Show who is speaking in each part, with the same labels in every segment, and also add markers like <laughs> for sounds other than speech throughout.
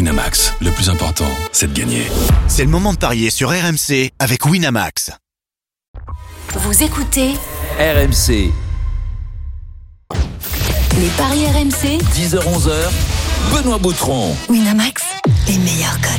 Speaker 1: Winamax, le plus important, c'est de gagner.
Speaker 2: C'est le moment de parier sur RMC avec Winamax.
Speaker 3: Vous écoutez
Speaker 4: RMC,
Speaker 3: les paris RMC
Speaker 4: 10h-11h, Benoît Boutron.
Speaker 3: Winamax, les meilleurs codes.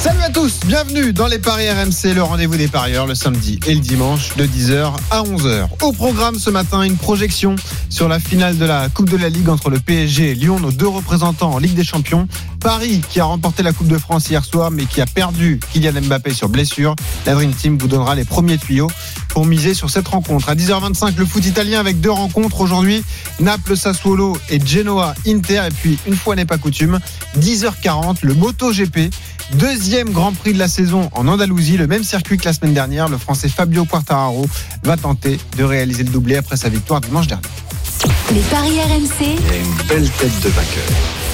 Speaker 5: Salut à tous, bienvenue dans les Paris RMC, le rendez-vous des parieurs le samedi et le dimanche de 10h à 11h. Au programme ce matin, une projection sur la finale de la Coupe de la Ligue entre le PSG et Lyon, nos deux représentants en Ligue des Champions. Paris qui a remporté la Coupe de France hier soir mais qui a perdu Kylian Mbappé sur blessure. La Dream Team vous donnera les premiers tuyaux pour miser sur cette rencontre. À 10h25, le foot italien avec deux rencontres aujourd'hui, Naples-Sassuolo et Genoa-Inter. Et puis, une fois n'est pas coutume, 10h40, le MotoGP. Deuxième Grand Prix de la saison en Andalousie, le même circuit que la semaine dernière. Le Français Fabio Quartararo va tenter de réaliser le doublé après sa victoire dimanche dernier.
Speaker 3: Les paris RMC,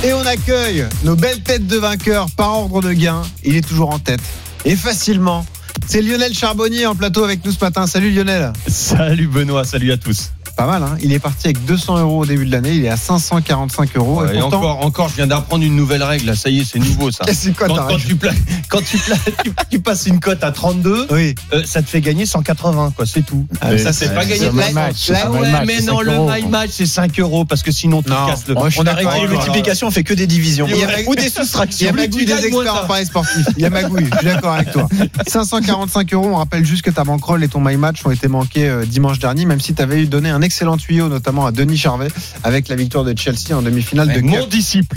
Speaker 5: Et on accueille nos belles têtes de vainqueurs par ordre de gain. Il est toujours en tête et facilement. C'est Lionel Charbonnier en plateau avec nous ce matin. Salut Lionel.
Speaker 6: Salut Benoît, salut à tous.
Speaker 5: Pas mal, hein Il est parti avec 200 euros au début de l'année. Il est à 545 euros.
Speaker 6: et
Speaker 5: pourtant-
Speaker 6: encore, encore, je viens d'apprendre une nouvelle règle. là. Ça y est, c'est nouveau ça.
Speaker 5: Qu'est-ce que <laughs> c'est quoi
Speaker 6: Quand,
Speaker 5: ta
Speaker 6: quand
Speaker 5: règle
Speaker 6: tu, pla- quand tu,
Speaker 5: <laughs>
Speaker 6: pla- tu- tu passes une cote à 32,
Speaker 5: Oui.
Speaker 6: euh, ça te fait gagner 180, quoi. C'est tout. Euh,
Speaker 5: Ah,
Speaker 6: ça, c'est pas gagné.
Speaker 5: le
Speaker 6: de la-
Speaker 5: my match,
Speaker 6: Là,
Speaker 5: c'est
Speaker 6: ouais, mais non, le my match, c'est 5 euros parce que sinon, tu
Speaker 5: Non,
Speaker 6: casses le.
Speaker 5: moi, je suis
Speaker 6: on
Speaker 5: d'accord
Speaker 6: arrête les
Speaker 5: avec toi.
Speaker 6: multiplications, on fait que des divisions.
Speaker 5: Il y a- <laughs>
Speaker 6: Ou <laughs> des
Speaker 5: Il y a
Speaker 6: soustractions.
Speaker 5: Magouille
Speaker 6: Plus tu
Speaker 5: des
Speaker 6: gagnes, moins
Speaker 5: experts en
Speaker 6: t'as.
Speaker 5: paris sportifs. Il y a Magouille, je suis d'accord avec toi. 545 euros, on rappelle juste que ta bankroll et ton My Match ont été manqués euh, dimanche dernier, même si tu avais eu donné un excellent tuyau, notamment à Denis Charvet, avec la victoire de Chelsea en demi-finale de
Speaker 6: Mon
Speaker 5: Cup.
Speaker 6: disciple.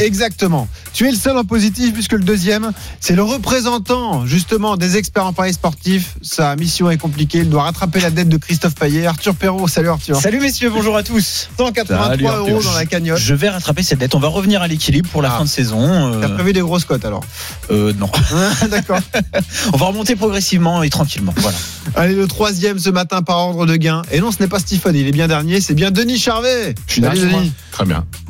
Speaker 5: Exactement. Tu es le seul en positif, puisque le deuxième, c'est le représentant, justement, des experts en paris sportifs. Sa mission est compliquée, il doit rattraper la dette de Christophe Payet. Arthur Perrault, salut Arthur.
Speaker 7: Salut messieurs, bonjour à tous.
Speaker 5: 183
Speaker 6: Salut,
Speaker 5: euros
Speaker 6: Arthur.
Speaker 5: dans la cagnotte.
Speaker 7: Je vais rattraper cette dette. On va revenir à l'équilibre pour la
Speaker 5: Ah.
Speaker 7: fin de saison. Euh,
Speaker 5: T'as prévu des grosses cotes alors <laughs>
Speaker 7: euh, non, <laughs>
Speaker 5: D'accord.
Speaker 7: on va remonter progressivement et tranquillement. Voilà.
Speaker 5: Allez, le troisième ce matin par ordre de gain. Et non, ce n'est pas Stéphane, il est bien dernier, c'est bien Denis Charvet. Je suis
Speaker 8: derrière,
Speaker 5: Denis.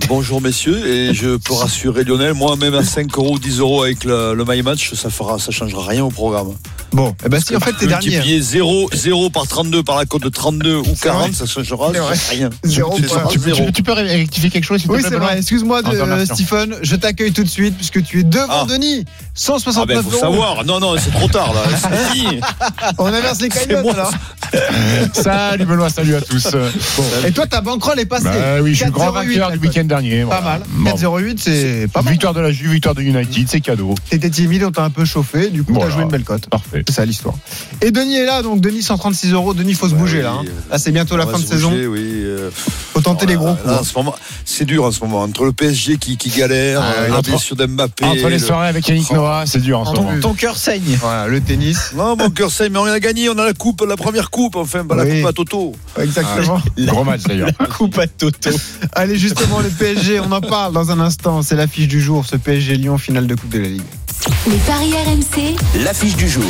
Speaker 8: Bonjour messieurs et je peux rassurer Lionel, moi même à 5 euros, 10 euros avec le, le My Match, ça fera, ça changera rien au programme.
Speaker 5: Bon, eh ben si, en fait, t'es dernier.
Speaker 8: Multiplier 0, 0 par 32 par la cote de 32 ou 40, ça changera
Speaker 5: C'est vrai.
Speaker 8: rien.
Speaker 5: Zéro
Speaker 8: tu,
Speaker 5: point.
Speaker 8: seras
Speaker 5: Tu-
Speaker 8: zéro.
Speaker 6: peux rectifier quelque chose
Speaker 5: Oui, c'est vrai. Excuse-moi, de- euh,
Speaker 6: Ah, ben, merci.
Speaker 5: Stephen, je t'accueille tout de suite puisque tu es devant
Speaker 8: Ah.
Speaker 5: Denis.
Speaker 8: Ah
Speaker 5: 169
Speaker 8: ben faut
Speaker 5: euros.
Speaker 8: savoir, non non c'est trop tard là, c'est fini.
Speaker 5: On inverse
Speaker 9: <laughs>
Speaker 5: les
Speaker 8: C'est
Speaker 5: cagnottes
Speaker 8: moi.
Speaker 5: alors.
Speaker 9: Salut Benoît, salut à tous.
Speaker 5: Et toi, ta bankroll est passée.
Speaker 9: Bah oui, je suis le grand
Speaker 5: 4,08,
Speaker 9: vainqueur
Speaker 5: la
Speaker 9: du
Speaker 5: cote.
Speaker 9: week-end dernier.
Speaker 5: Pas
Speaker 9: voilà.
Speaker 5: mal.
Speaker 9: Bon.
Speaker 5: 4,08, c'est pas mal.
Speaker 9: Victoire de la Juve, victoire de United, c'est cadeau.
Speaker 5: T'étais timide, on t'a un peu chauffé, du coup, t'as
Speaker 9: Voilà.
Speaker 5: joué une belle cote.
Speaker 9: Parfait.
Speaker 5: C'est ça l'histoire. Et Denis est là, donc Denis 136 euros. Denis, faut se
Speaker 8: Bah
Speaker 5: bouger
Speaker 8: oui,
Speaker 5: là. hein.
Speaker 8: euh,
Speaker 5: Là, c'est bientôt la
Speaker 8: On va
Speaker 5: fin de
Speaker 8: se
Speaker 5: saison.
Speaker 8: bouger, oui, euh,
Speaker 5: Faut tenter les
Speaker 8: alors
Speaker 5: gros
Speaker 8: là,
Speaker 5: coups.
Speaker 8: là, en ce moment, c'est dur en ce moment entre le PSG qui, qui galère,
Speaker 9: Ah,
Speaker 8: euh, la
Speaker 9: entre-
Speaker 8: blessure d'Mbappé.
Speaker 9: Entre
Speaker 8: le-
Speaker 9: les soirées avec Yannick
Speaker 8: Oh.
Speaker 9: Noah, c'est dur hein. en ce
Speaker 5: Ton-
Speaker 9: moment.
Speaker 7: Ton cœur saigne.
Speaker 5: Voilà, le tennis.
Speaker 8: Non mon cœur saigne, mais on a gagné, on a la coupe, la première coupe enfin, pas
Speaker 5: Oui.
Speaker 8: la coupe à Toto.
Speaker 5: <laughs> Exactement.
Speaker 8: Ah,
Speaker 9: Gros match d'ailleurs.
Speaker 7: Coupe à Toto.
Speaker 5: Allez, justement, le PSG, on en parle dans un instant. C'est l'affiche du jour, ce PSG Lyon, finale de Coupe de la Ligue.
Speaker 3: les paris RMC,
Speaker 4: L'affiche du jour.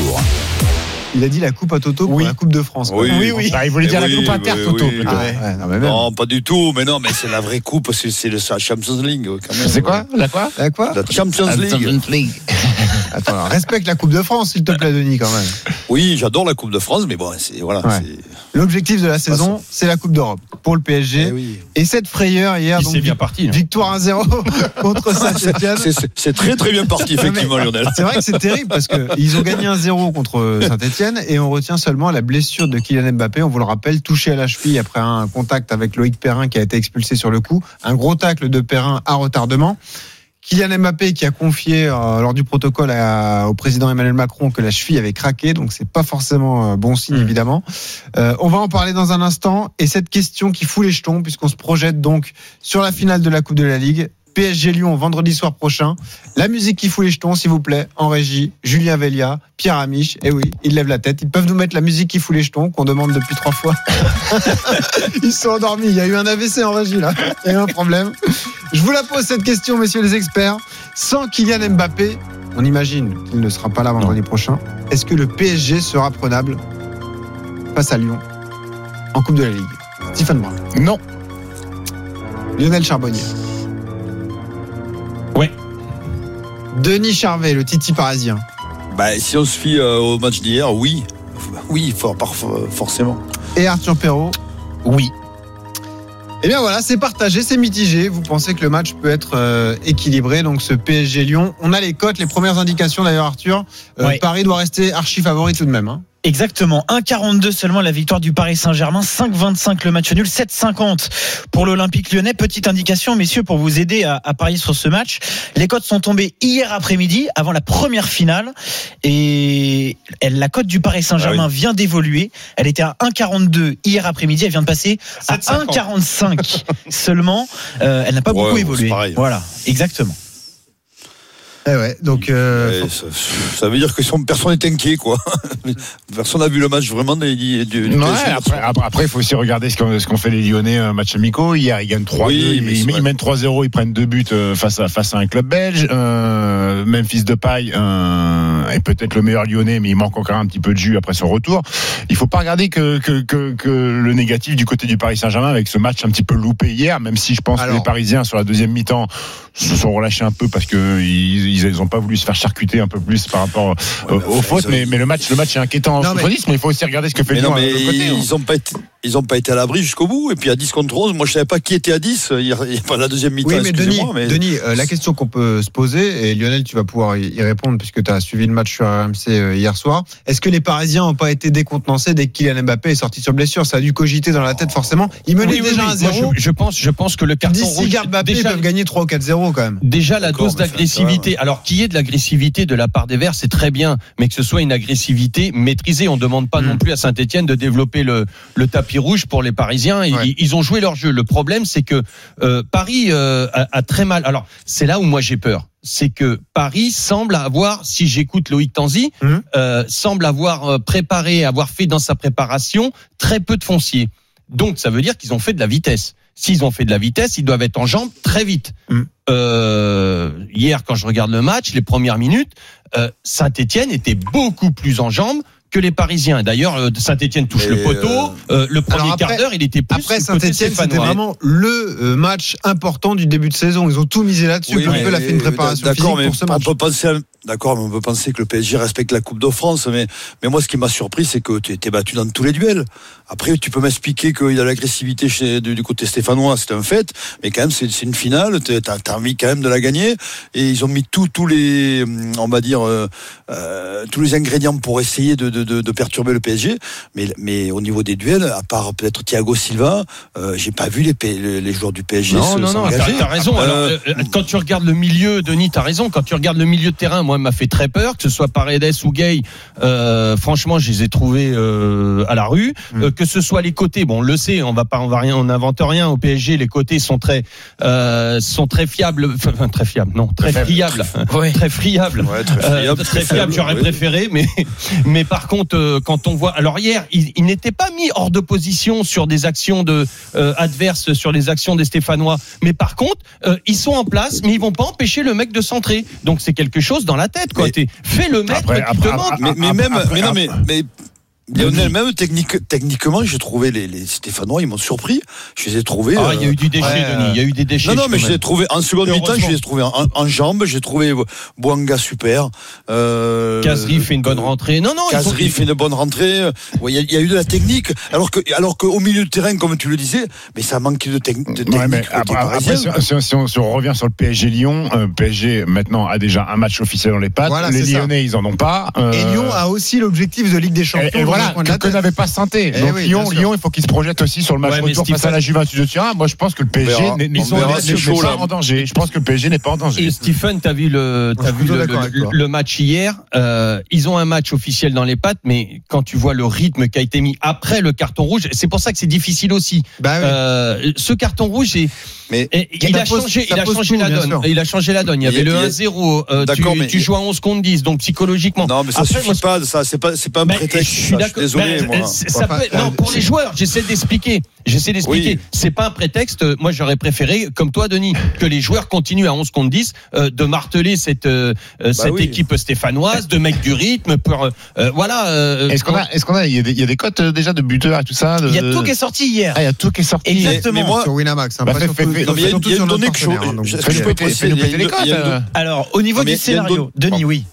Speaker 5: Il a dit la Coupe à Toto pour
Speaker 9: Oui.
Speaker 5: la Coupe de France. quoi.
Speaker 8: Oui, oui.
Speaker 9: Bah, il voulait dire
Speaker 8: Eh
Speaker 9: la
Speaker 8: oui,
Speaker 9: coupe inter
Speaker 8: oui,
Speaker 9: Toto.
Speaker 8: oui.
Speaker 9: plutôt.
Speaker 5: Ah ouais, non, mais même.
Speaker 8: Non, pas du tout, mais non, mais c'est la vraie coupe, c'est c'est le la Champions League quand même.
Speaker 9: C'est quoi La quoi
Speaker 5: Ah, quoi
Speaker 8: La Champions League.
Speaker 5: Attends, alors, respecte la Coupe de France, s'il te plaît, Denis, quand même.
Speaker 8: Oui, j'adore la Coupe de France, mais bon, c'est voilà.
Speaker 5: Ouais.
Speaker 8: c'est-
Speaker 5: L'objectif de la saison, c'est la Coupe d'Europe pour le PSG.
Speaker 8: Eh oui.
Speaker 5: Et cette frayeur hier,
Speaker 6: Il
Speaker 5: donc,
Speaker 6: s'est bien parti. hein. là.
Speaker 5: victoire 1-0 <laughs> contre Saint-Etienne.
Speaker 8: <laughs> C'est- c'est- C'est très très bien parti, effectivement, Lionel.
Speaker 5: C'est vrai que c'est terrible parce qu'ils ont gagné 1-0 contre Saint-Etienne et on retient seulement la blessure de Kylian Mbappé. On vous le rappelle, touché à la cheville après un contact avec Loïc Perrin qui a été expulsé sur le coup. Un gros tacle de Perrin à retardement. Kylian Mbappé qui a confié euh, lors du protocole à- au président Emmanuel Macron que la cheville avait craqué, donc c'est pas forcément euh, bon signe évidemment. Euh, on va en parler dans un instant et cette question qui fout les jetons puisqu'on se projette donc sur la finale de la Coupe de la Ligue. PSG Lyon vendredi soir prochain. La musique qui fout les jetons, s'il vous plaît, en régie. Julien Velia, Pierre Amiche. Eh oui, ils lèvent la tête. Ils peuvent nous mettre la musique qui fout les jetons, qu'on demande depuis trois fois. ils sont endormis. Il y a eu un AVC en régie, là. Il y a eu un problème. Je vous la pose, cette question, messieurs les experts. Sans Kylian Mbappé, on imagine qu'il ne sera pas là vendredi prochain. Est-ce que le PSG sera prenable face à Lyon en Coupe de la Ligue Stéphane Brun,
Speaker 9: Non.
Speaker 5: Lionel Charbonnier.
Speaker 6: Ouais.
Speaker 5: Denis Charvet, le Titi parisien.
Speaker 8: Bah, si on se fie euh, au match d'hier, oui. Oui, for- par- forcément.
Speaker 5: Et Arthur Perrault.
Speaker 7: Oui.
Speaker 5: Eh bien voilà, c'est partagé, c'est mitigé. Vous pensez que le match peut être euh, équilibré, donc ce PSG Lyon. On a les cotes, les premières indications d'ailleurs, Arthur. Euh,
Speaker 7: Ouais.
Speaker 5: Paris doit rester archi favori tout de même. hein.
Speaker 7: Exactement. 1,42 seulement la victoire du Paris Saint-Germain. 5,25 le match nul. 7,50 pour l'Olympique lyonnais. Petite indication, messieurs, pour vous aider à, à parier sur ce match. Les cotes sont tombées hier après-midi, avant la première finale. Et elle, la cote du Paris Saint-Germain
Speaker 6: Ah
Speaker 7: vient d'évoluer. Elle était à 1,42 hier après-midi. Elle vient de passer
Speaker 6: <laughs>
Speaker 7: à 1,45 seulement. Euh, elle n'a pas
Speaker 8: Ouais,
Speaker 7: beaucoup
Speaker 8: c'est
Speaker 7: évolué.
Speaker 8: pareil.
Speaker 7: Voilà, exactement.
Speaker 5: Eh ouais, donc euh,
Speaker 8: Ouais, ça, ça veut dire que son- personne n'est inquiet, quoi. <laughs> Personne n'a vu le match vraiment des- du, du- du
Speaker 9: Ouais,
Speaker 8: PSG.
Speaker 9: après, après, après, il faut aussi regarder ce qu'ont ce qu'ont fait les Lyonnais, euh, match amicaux. Hier, ils gagnent 3
Speaker 8: Oui, mais
Speaker 9: ils,
Speaker 8: c'est
Speaker 9: ils
Speaker 8: vrai.
Speaker 9: mènent 3-0, ils prennent deux buts euh, face à, face à un club belge. Euh, Memphis Depay euh, est peut-être le meilleur Lyonnais, mais il manque encore un petit peu de jus après son retour. Il faut pas regarder que, que, que, que le négatif du côté du Paris Saint-Germain avec ce match un petit peu loupé hier, même si je pense
Speaker 5: Alors.
Speaker 9: que les Parisiens, sur la deuxième mi-temps, se sont relâchés un peu parce que ils, ils ont pas voulu se faire charcuter un peu plus par rapport euh,
Speaker 8: Ouais, mais
Speaker 9: aux
Speaker 8: enfin,
Speaker 9: fautes.
Speaker 8: ils ont-
Speaker 9: Mais, mais le match, le match est inquiétant en
Speaker 5: Non, mais-
Speaker 9: souverainisme, mais... il faut aussi regarder ce que fait
Speaker 8: Mais
Speaker 9: Lyon
Speaker 8: non,
Speaker 9: à
Speaker 8: mais
Speaker 9: l'autre côté, hein.
Speaker 8: ils n'ont pas été. Ils n'ont pas été à l'abri jusqu'au bout. Et puis à 10 contre 11, moi je savais pas qui était à 10. Il n'y a, pas la deuxième mi-temps,
Speaker 5: Oui, mais Denis,
Speaker 8: excusez-moi. Mais...
Speaker 5: Denis, euh, la question qu'on peut se poser, et Lionel, tu vas pouvoir y y répondre puisque tu as suivi le match sur RMC euh, hier soir, est-ce que les Parisiens n'ont pas été décontenancés dès que Kylian Mbappé est sorti sur blessure Ça a dû cogiter dans la tête forcément. Ils menaient
Speaker 10: Oui, oui,
Speaker 5: déjà
Speaker 10: oui.
Speaker 5: à 0.
Speaker 10: Moi, je, je pense, je pense que le carton
Speaker 5: D'ici
Speaker 10: rouge.
Speaker 5: garde Mbappé, ils
Speaker 10: déjà,
Speaker 5: peuvent gagner 3 ou 4-0 quand même.
Speaker 10: déjà la
Speaker 8: D'accord,
Speaker 10: dose
Speaker 8: mais enfin,
Speaker 10: d'agressivité. Alors qu'il y ait de l'agressivité de la part des Verts, c'est très bien, mais que ce soit une agressivité maîtrisée. On ne demande pas non plus à Saint-Etienne de développer le, le tapis rouge pour les Parisiens. Ils,
Speaker 5: Ouais.
Speaker 10: ils ont joué leur jeu. Le problème, c'est que euh, Paris euh, a, a très mal. Alors c'est là où moi j'ai peur. C'est que Paris semble avoir, si j'écoute Loïc Tanzi,
Speaker 5: Mhm.
Speaker 10: euh, semble avoir euh, préparé, avoir fait dans sa préparation très peu de foncier. Donc ça veut dire qu'ils ont fait de la vitesse. S'ils ont fait de la vitesse, ils doivent être en jambes très vite.
Speaker 5: Mm.
Speaker 10: Euh, hier, quand je regarde le match, les premières minutes, euh, Saint-Étienne était beaucoup plus en jambes que les Parisiens. D'ailleurs, euh, Saint-Étienne touche
Speaker 8: Mais,
Speaker 10: le poteau. Euh, le premier
Speaker 5: alors après-
Speaker 10: quart d'heure, il était plus
Speaker 5: Après
Speaker 10: du côté
Speaker 5: Saint-Etienne, c'était
Speaker 10: stéphanois.
Speaker 5: vraiment le euh, match important du début de saison. Ils ont tout misé là-dessus.
Speaker 8: Oui,
Speaker 5: Comme
Speaker 8: mais-
Speaker 5: eux, elle a fait une préparation physique
Speaker 8: D'accord, mais
Speaker 5: pour ce
Speaker 8: on
Speaker 5: match.
Speaker 8: peut penser, à- d'accord, mais on peut penser que le PSG respecte la Coupe de France, mais, mais moi, ce qui m'a surpris, c'est que tu étais battu dans tous les duels. Après, tu peux m'expliquer qu'il y a l'agressivité chez- du, du côté stéphanois, c'est un fait, mais quand même, c'est c'est une finale, tu as, envie quand même de la gagner, et ils ont mis tous tous les, hum, on va dire, euh, euh, tous les ingrédients pour essayer de, de, de, de perturber le PSG, mais, mais au niveau des duels, à part peut-être Thiago Silva, euh, j'ai pas vu les, P- les, les joueurs du PSG
Speaker 10: Non, non,
Speaker 8: se-
Speaker 10: non, t'as
Speaker 8: s'engager.
Speaker 10: t'as raison. Alors,
Speaker 8: Euh,
Speaker 10: euh, quand tu regardes le milieu, Denis, t'as raison. Quand tu regardes le milieu de terrain, moi, il m'a fait très peur, que ce soit Paredes ou Gay. euh, franchement, je les ai trouvés euh, à la rue. Euh, que ce soit les côtés, bon, on le sait, on va pas, on va rien, on n'invente rien au PSG. Les côtés sont très, euh, sont très fiables, enfin très fiables, non, très friables, très friables.
Speaker 8: Ouais, très
Speaker 10: Euh,
Speaker 8: friable,
Speaker 10: très fiable, j'aurais
Speaker 8: oui.
Speaker 10: préféré, mais mais par contre, euh, quand on voit, alors hier, il, il n'était pas mis hors de position sur des actions de euh, adverses, sur les actions des Stéphanois, mais par contre, euh, ils sont en place, mais ils vont pas empêcher le mec de centrer. Donc c'est quelque chose dans la tête, quoi.
Speaker 8: Mais-
Speaker 10: T'es- Fais le mec
Speaker 9: Après,
Speaker 10: qui te
Speaker 9: après,
Speaker 10: manque.
Speaker 9: après,
Speaker 8: mais, mais
Speaker 9: Après-
Speaker 8: même, mais non, mais,
Speaker 9: après-
Speaker 8: mais Lionel, même technique, techniquement, j'ai trouvé les, les Stéphanois, ils m'ont surpris. Je les ai trouvés.
Speaker 10: Ah,
Speaker 8: euh,
Speaker 10: il y a eu du déchet,
Speaker 5: ouais,
Speaker 10: Denis. Il y a eu des déchets.
Speaker 8: non, non,
Speaker 10: quand
Speaker 8: mais je
Speaker 10: même.
Speaker 8: les ai trouvés en seconde
Speaker 10: Et
Speaker 8: mi-temps, je
Speaker 10: heureusement.
Speaker 8: les ai trouvés en, en jambes, j'ai trouvé Boanga super. Euh,
Speaker 10: Casri fait une bonne rentrée. Non, non, ils sont-
Speaker 8: Casri fait une bonne rentrée. Ouais, Il y, a- il y a eu de la technique. Alors que, alors qu'au milieu de terrain, comme tu le disais, mais ça manquait de, techni- de technique.
Speaker 9: Ouais, mais
Speaker 8: côté
Speaker 9: après, après,
Speaker 8: parisien.
Speaker 9: si, si- si on, si on revient sur le PSG Lyon, euh, PSG maintenant a déjà un match officiel dans les pattes.
Speaker 5: Voilà,
Speaker 9: les
Speaker 5: c'est ça.
Speaker 9: Lyonnais, ils en ont pas. euh,
Speaker 5: Et Lyon a aussi l'objectif de Ligue des Champions.
Speaker 9: et- et
Speaker 5: dans
Speaker 9: voilà,
Speaker 5: le coin de
Speaker 9: que,
Speaker 5: la
Speaker 9: que
Speaker 5: tête.
Speaker 9: n'avait pas Santé.
Speaker 5: Eh
Speaker 9: Donc
Speaker 5: oui, bien
Speaker 9: Lyon,
Speaker 5: sûr.
Speaker 9: Lyon, il faut qu'ils se projettent aussi sur le match
Speaker 10: Ouais, mais
Speaker 9: retour face
Speaker 10: Stéphane-
Speaker 9: à la Juventus de Turin. Moi, je pense que le PSG
Speaker 8: verra.
Speaker 9: n'est- n'est
Speaker 8: On verra,
Speaker 9: pas-
Speaker 8: c'est
Speaker 9: n'est
Speaker 8: chaud,
Speaker 9: pas
Speaker 8: là.
Speaker 9: en danger. Je pense que le PSG n'est pas en danger.
Speaker 10: Et Stephen, t'as vu le,
Speaker 5: je
Speaker 10: t'as
Speaker 5: suis
Speaker 10: vu
Speaker 5: plutôt
Speaker 10: le,
Speaker 5: d'accord
Speaker 10: le-
Speaker 5: avec toi.
Speaker 10: le match hier. euh, ils ont un match officiel dans les pattes, mais quand tu vois le rythme qui a été mis après le carton rouge, c'est pour ça que c'est difficile aussi.
Speaker 5: Bah oui.
Speaker 10: Euh, ce carton rouge, est-
Speaker 8: Mais-
Speaker 10: et- il,
Speaker 5: Ça
Speaker 10: a
Speaker 5: pose-
Speaker 10: changé,
Speaker 5: ça
Speaker 10: il a
Speaker 5: pose
Speaker 10: changé
Speaker 5: tout,
Speaker 10: la
Speaker 5: bien
Speaker 10: donne.
Speaker 5: sûr.
Speaker 10: Il a changé la donne. Il y
Speaker 8: Il y a-
Speaker 10: avait le
Speaker 8: il y a-
Speaker 10: 1-0. euh, tu,
Speaker 8: D'accord, mais-
Speaker 10: tu joues à 11 contre 10, donc psychologiquement.
Speaker 8: Non, mais ça
Speaker 10: Après,
Speaker 8: suffit
Speaker 10: moi,
Speaker 8: pas. Ça, c'est pas, c'est pas un
Speaker 10: ben,
Speaker 8: prétexte.
Speaker 10: Je
Speaker 8: ça,
Speaker 10: suis d'accord.
Speaker 8: désolé,
Speaker 10: Ben,
Speaker 8: moi.
Speaker 10: euh, c'est- ça
Speaker 5: Enfin,
Speaker 10: peut- non,
Speaker 5: euh,
Speaker 10: pour les joueurs, j'essaie d'expliquer. J'essaie d'expliquer.
Speaker 8: Oui. Bah
Speaker 10: C'est pas un prétexte. Euh, Moi, j'aurais préféré, comme toi, Denis, que les joueurs continuent à 11 contre 10 euh, de marteler cette euh, euh, cette
Speaker 8: oui.
Speaker 10: équipe stéphanoise, de mecs du rythme. Pour, euh, euh, voilà. euh,
Speaker 9: Est-ce qu'on a, est-ce qu'on a, il y a des, il y a des cotes euh, déjà de buteurs et tout ça. de-
Speaker 7: Il y a tout qui est sorti hier.
Speaker 9: Ah, il y a tout qui est sorti.
Speaker 8: Mais moi,
Speaker 5: sur Winamax. hein,
Speaker 9: Bah,
Speaker 5: pas
Speaker 9: fait-
Speaker 5: surtout-
Speaker 9: fait- fait-
Speaker 8: non, mais il y a une-
Speaker 5: surtout
Speaker 8: il y a
Speaker 5: sur
Speaker 8: une
Speaker 5: notre
Speaker 8: donnée que je-
Speaker 5: partenaire, hein, donc.
Speaker 8: je-
Speaker 9: Fais-nous péter- fais-nous péter les cotes.
Speaker 8: Il y a une- Ah,
Speaker 9: euh.
Speaker 7: Alors, au niveau
Speaker 8: Mais
Speaker 7: du
Speaker 8: il y a une
Speaker 7: scénario,
Speaker 8: bonne-
Speaker 7: Denis, oui.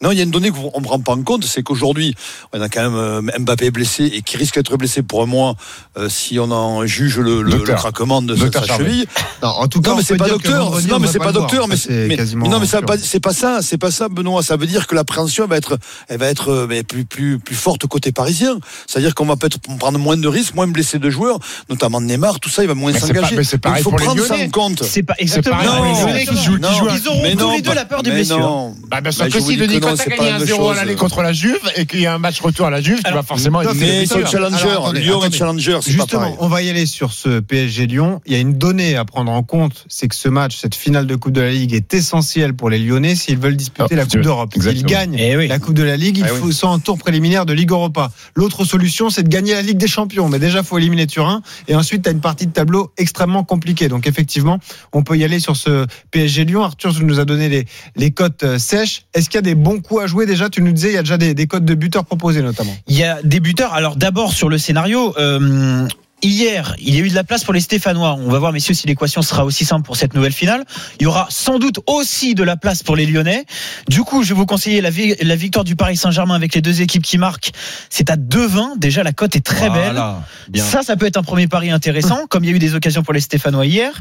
Speaker 8: Non, il y a une donnée qu'on ne prend pas en compte, c'est qu'aujourd'hui, on a quand même euh, Mbappé blessé et qui risque d'être blessé pour un mois euh, si on en juge le, le-
Speaker 9: Docteur.
Speaker 8: le craquement de sa,
Speaker 9: Docteur
Speaker 8: sa
Speaker 9: Charvet.
Speaker 8: cheville.
Speaker 5: Non, en tout cas,
Speaker 8: Non, mais
Speaker 5: on
Speaker 8: c'est
Speaker 5: peut
Speaker 8: pas
Speaker 5: dire que
Speaker 8: docteur.
Speaker 5: vendredi, on
Speaker 8: Non, mais
Speaker 5: va
Speaker 8: c'est pas
Speaker 5: le voir.
Speaker 8: docteur. Mais
Speaker 5: Ça, c'est
Speaker 8: mais-
Speaker 5: quasiment
Speaker 8: mais non, mais ça va
Speaker 5: sûr.
Speaker 8: pas- c'est pas ça. C'est pas ça, Benoît. Ça veut dire que l'appréhension elle va être, elle va être euh, mais plus plus plus forte côté parisien. C'est-à-dire qu'on va peut-être prendre moins de risques, moins blessés de joueurs, notamment Neymar. Tout ça, il va moins
Speaker 9: Mais c'est pas-
Speaker 8: s'engager.
Speaker 9: mais c'est
Speaker 8: Donc,
Speaker 9: pareil
Speaker 8: Il faut
Speaker 9: pour les
Speaker 8: prendre ça
Speaker 9: Lyonnais.
Speaker 8: en compte.
Speaker 7: C'est pas exactement.
Speaker 9: pareil,
Speaker 7: Non,
Speaker 9: les Lyonnais
Speaker 7: exactement.
Speaker 9: qui jouent le 10 juin.
Speaker 7: Ils auront
Speaker 8: Mais
Speaker 7: tous
Speaker 8: non,
Speaker 7: les deux
Speaker 8: pas-
Speaker 7: la peur des
Speaker 8: mais
Speaker 7: blessures.
Speaker 8: non.
Speaker 9: Bah, bien sûr
Speaker 8: Bah,
Speaker 9: que
Speaker 8: je vous
Speaker 9: si,
Speaker 8: dis
Speaker 9: Denis,
Speaker 8: que non,
Speaker 9: quand t'as
Speaker 8: c'est pas
Speaker 9: gagné
Speaker 8: la même
Speaker 9: 1-0 à
Speaker 8: chose. Ah,
Speaker 9: l'aller contre la Juve et qu'il y a un match retour à la Juve, tu
Speaker 7: Alors,
Speaker 9: vas forcément être
Speaker 8: Mais
Speaker 9: blessé.
Speaker 8: c'est challenger.
Speaker 5: Alors, attendez,
Speaker 8: Lyon est
Speaker 5: attendez.
Speaker 8: challenger. C'est pas pareil.
Speaker 5: Justement, on va y aller sur ce PSG Lyon. Il y a une donnée à prendre en compte, c'est que ce match, cette finale de Coupe de la Ligue est essentielle pour les Lyonnais s'ils veulent disputer
Speaker 9: Ah,
Speaker 5: la Coupe
Speaker 9: tu-
Speaker 5: d'Europe. S'ils
Speaker 9: exactement.
Speaker 5: gagnent
Speaker 7: Eh oui.
Speaker 5: la Coupe de la Ligue, il
Speaker 9: Eh oui.
Speaker 5: faut soit un tour préliminaire de Ligue Europa. L'autre solution, c'est de gagner la Ligue des Champions. Mais déjà, faut éliminer Turin. Et ensuite, tu as une partie de tableau extrêmement compliquée. Donc effectivement, on peut y aller sur ce PSG Lyon. Arthur, tu nous as donné les, les cotes euh, sèches. Est-ce qu'il y a des bons coups à jouer déjà Tu nous disais, il y a déjà des, des cotes de buteurs proposées notamment.
Speaker 7: Il y a des buteurs. Alors d'abord sur le scénario. euh, Hier, il y a eu de la place pour les Stéphanois. On va voir, messieurs, si l'équation sera aussi simple pour cette nouvelle finale. Il y aura sans doute aussi de la place pour les Lyonnais. Du coup, je vais vous conseiller la, vi- la victoire du Paris Saint-Germain avec les deux équipes qui marquent. C'est à 2-20. Déjà, la cote est très belle.
Speaker 10: Voilà, bien.
Speaker 7: Ça, ça peut être un premier
Speaker 10: <laughs>
Speaker 7: pari intéressant, comme il y a eu des occasions pour les Stéphanois hier.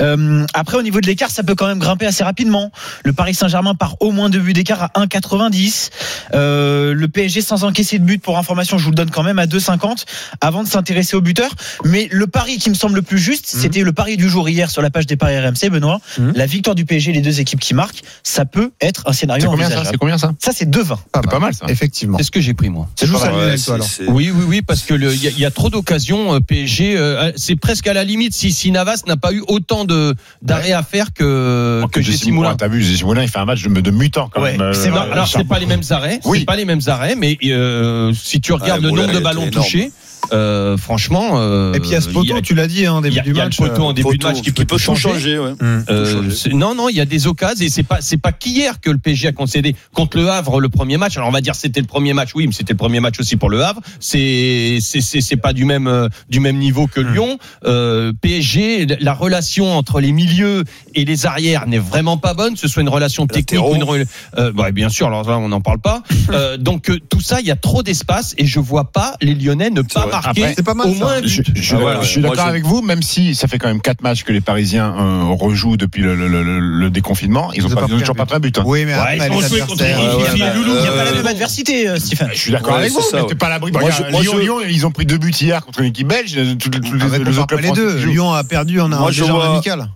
Speaker 7: Euh, après, au niveau de l'écart, ça peut quand même grimper assez rapidement. Le Paris Saint-Germain part au moins deux buts d'écart à 1,90. Euh, le PSG sans encaisser de but, pour information, je vous le donne quand même à 2,50 avant de s'intéresser au buteur. Mais le pari qui me semble le plus juste,
Speaker 10: Mhm.
Speaker 7: c'était le pari du jour hier sur la page des paris RMC, Benoît.
Speaker 5: Mhm.
Speaker 7: La victoire du PSG, les deux équipes qui marquent, ça peut être un
Speaker 9: C'est
Speaker 7: scénario
Speaker 9: combien ça
Speaker 7: envisageable.
Speaker 9: C'est combien ça
Speaker 7: Ça, c'est 2,20.
Speaker 9: C'est pas mal ça.
Speaker 5: Effectivement.
Speaker 10: C'est ce que j'ai pris moi.
Speaker 5: C'est juste
Speaker 8: Ouais,
Speaker 5: à Lionel,
Speaker 8: c'est-
Speaker 5: toi, alors.
Speaker 8: c'est-
Speaker 10: Oui, oui, oui, parce que le- il y, a- il y a trop d'occasions euh, PSG. euh, c'est presque à la limite si, si Navas n'a pas eu autant de d'arrêts à faire que que Jesse Moulin.
Speaker 9: T'as vu, Jesse Moulin, il fait un match de, de mutant quand
Speaker 7: Ouais,
Speaker 9: même. euh,
Speaker 7: c'est
Speaker 10: Non,
Speaker 7: vrai.
Speaker 10: alors c'est pas les mêmes arrêts,
Speaker 9: Oui.
Speaker 10: c'est pas les mêmes arrêts, mais euh, si tu regardes
Speaker 8: Ouais,
Speaker 10: le
Speaker 8: bon,
Speaker 10: nombre
Speaker 8: là,
Speaker 10: de ballons
Speaker 8: c'est énorme.
Speaker 10: touchés, euh, franchement, euh,
Speaker 5: Et puis il y a ce
Speaker 10: il
Speaker 5: poteau,
Speaker 10: y a-
Speaker 5: tu l'as dit, hein, en
Speaker 10: il y
Speaker 5: début
Speaker 10: a-
Speaker 5: du
Speaker 10: il y a le
Speaker 5: match.
Speaker 7: euh,
Speaker 10: poteau en début de
Speaker 8: Photo
Speaker 10: match qui peut tout
Speaker 8: tout
Speaker 10: changer.
Speaker 8: changer. ouais.
Speaker 5: euh, hum.
Speaker 10: Euh, c'est- non, non, il y a des occasions et c'est pas c'est pas qu'hier que le PSG a concédé contre le Havre le premier match. Alors on va dire c'était le premier match, oui, mais c'était le premier match aussi pour le Havre. C'est c'est c'est c'est pas du même euh, du même niveau que Lyon. Euh, PSG, la relation entre les milieux et les arrières n'est vraiment pas bonne. Que ce soit une relation technique
Speaker 8: Latéraux.
Speaker 10: ou une rela- euh, ouais, bien sûr. Alors là on n'en parle pas. Euh, donc euh, tout ça, il y a trop d'espace et je vois pas les Lyonnais ne pas
Speaker 8: vrai.
Speaker 10: marquer
Speaker 9: Après,
Speaker 5: c'est pas mal,
Speaker 10: au
Speaker 5: ça.
Speaker 10: moins un but.
Speaker 9: Je, je-
Speaker 8: Ah ouais,
Speaker 9: je suis
Speaker 8: moi,
Speaker 9: d'accord
Speaker 8: je-
Speaker 9: avec vous, même si ça fait quand même 4 matchs que les Parisiens euh, rejouent depuis le, le- le- le- le déconfinement, ils n'ont
Speaker 5: ont pas
Speaker 9: pas, ils ont
Speaker 5: pris un
Speaker 9: toujours
Speaker 5: but.
Speaker 9: pas pris un but. hein.
Speaker 5: Oui, mais
Speaker 7: Ouais,
Speaker 5: après,
Speaker 7: ils ont
Speaker 5: les
Speaker 7: joué contre les
Speaker 5: adversaires,
Speaker 8: Griffes,
Speaker 5: euh,
Speaker 7: Il y a
Speaker 8: ouais,
Speaker 7: pas la
Speaker 8: ouais.
Speaker 7: même adversité, euh, Stephen.
Speaker 9: Je suis d'accord
Speaker 8: Ouais,
Speaker 9: avec vous,
Speaker 8: c'est ça,
Speaker 9: mais
Speaker 8: ouais.
Speaker 9: t'es pas à l'abri.
Speaker 8: Moi,
Speaker 9: Regarde,
Speaker 8: je- moi,
Speaker 9: Lyon,
Speaker 8: je-
Speaker 9: Lyon, ils ont pris deux buts hier contre une équipe belge. euh, Tous les- tous les-
Speaker 5: Arrête,
Speaker 9: les
Speaker 5: on parle Ah,
Speaker 9: autres
Speaker 5: pas
Speaker 9: clubs
Speaker 5: les
Speaker 9: français
Speaker 5: deux.
Speaker 9: qui jouent.
Speaker 5: Lyon a perdu en,
Speaker 8: Moi,
Speaker 5: en
Speaker 8: je
Speaker 5: déjà en
Speaker 8: vois-
Speaker 5: amical.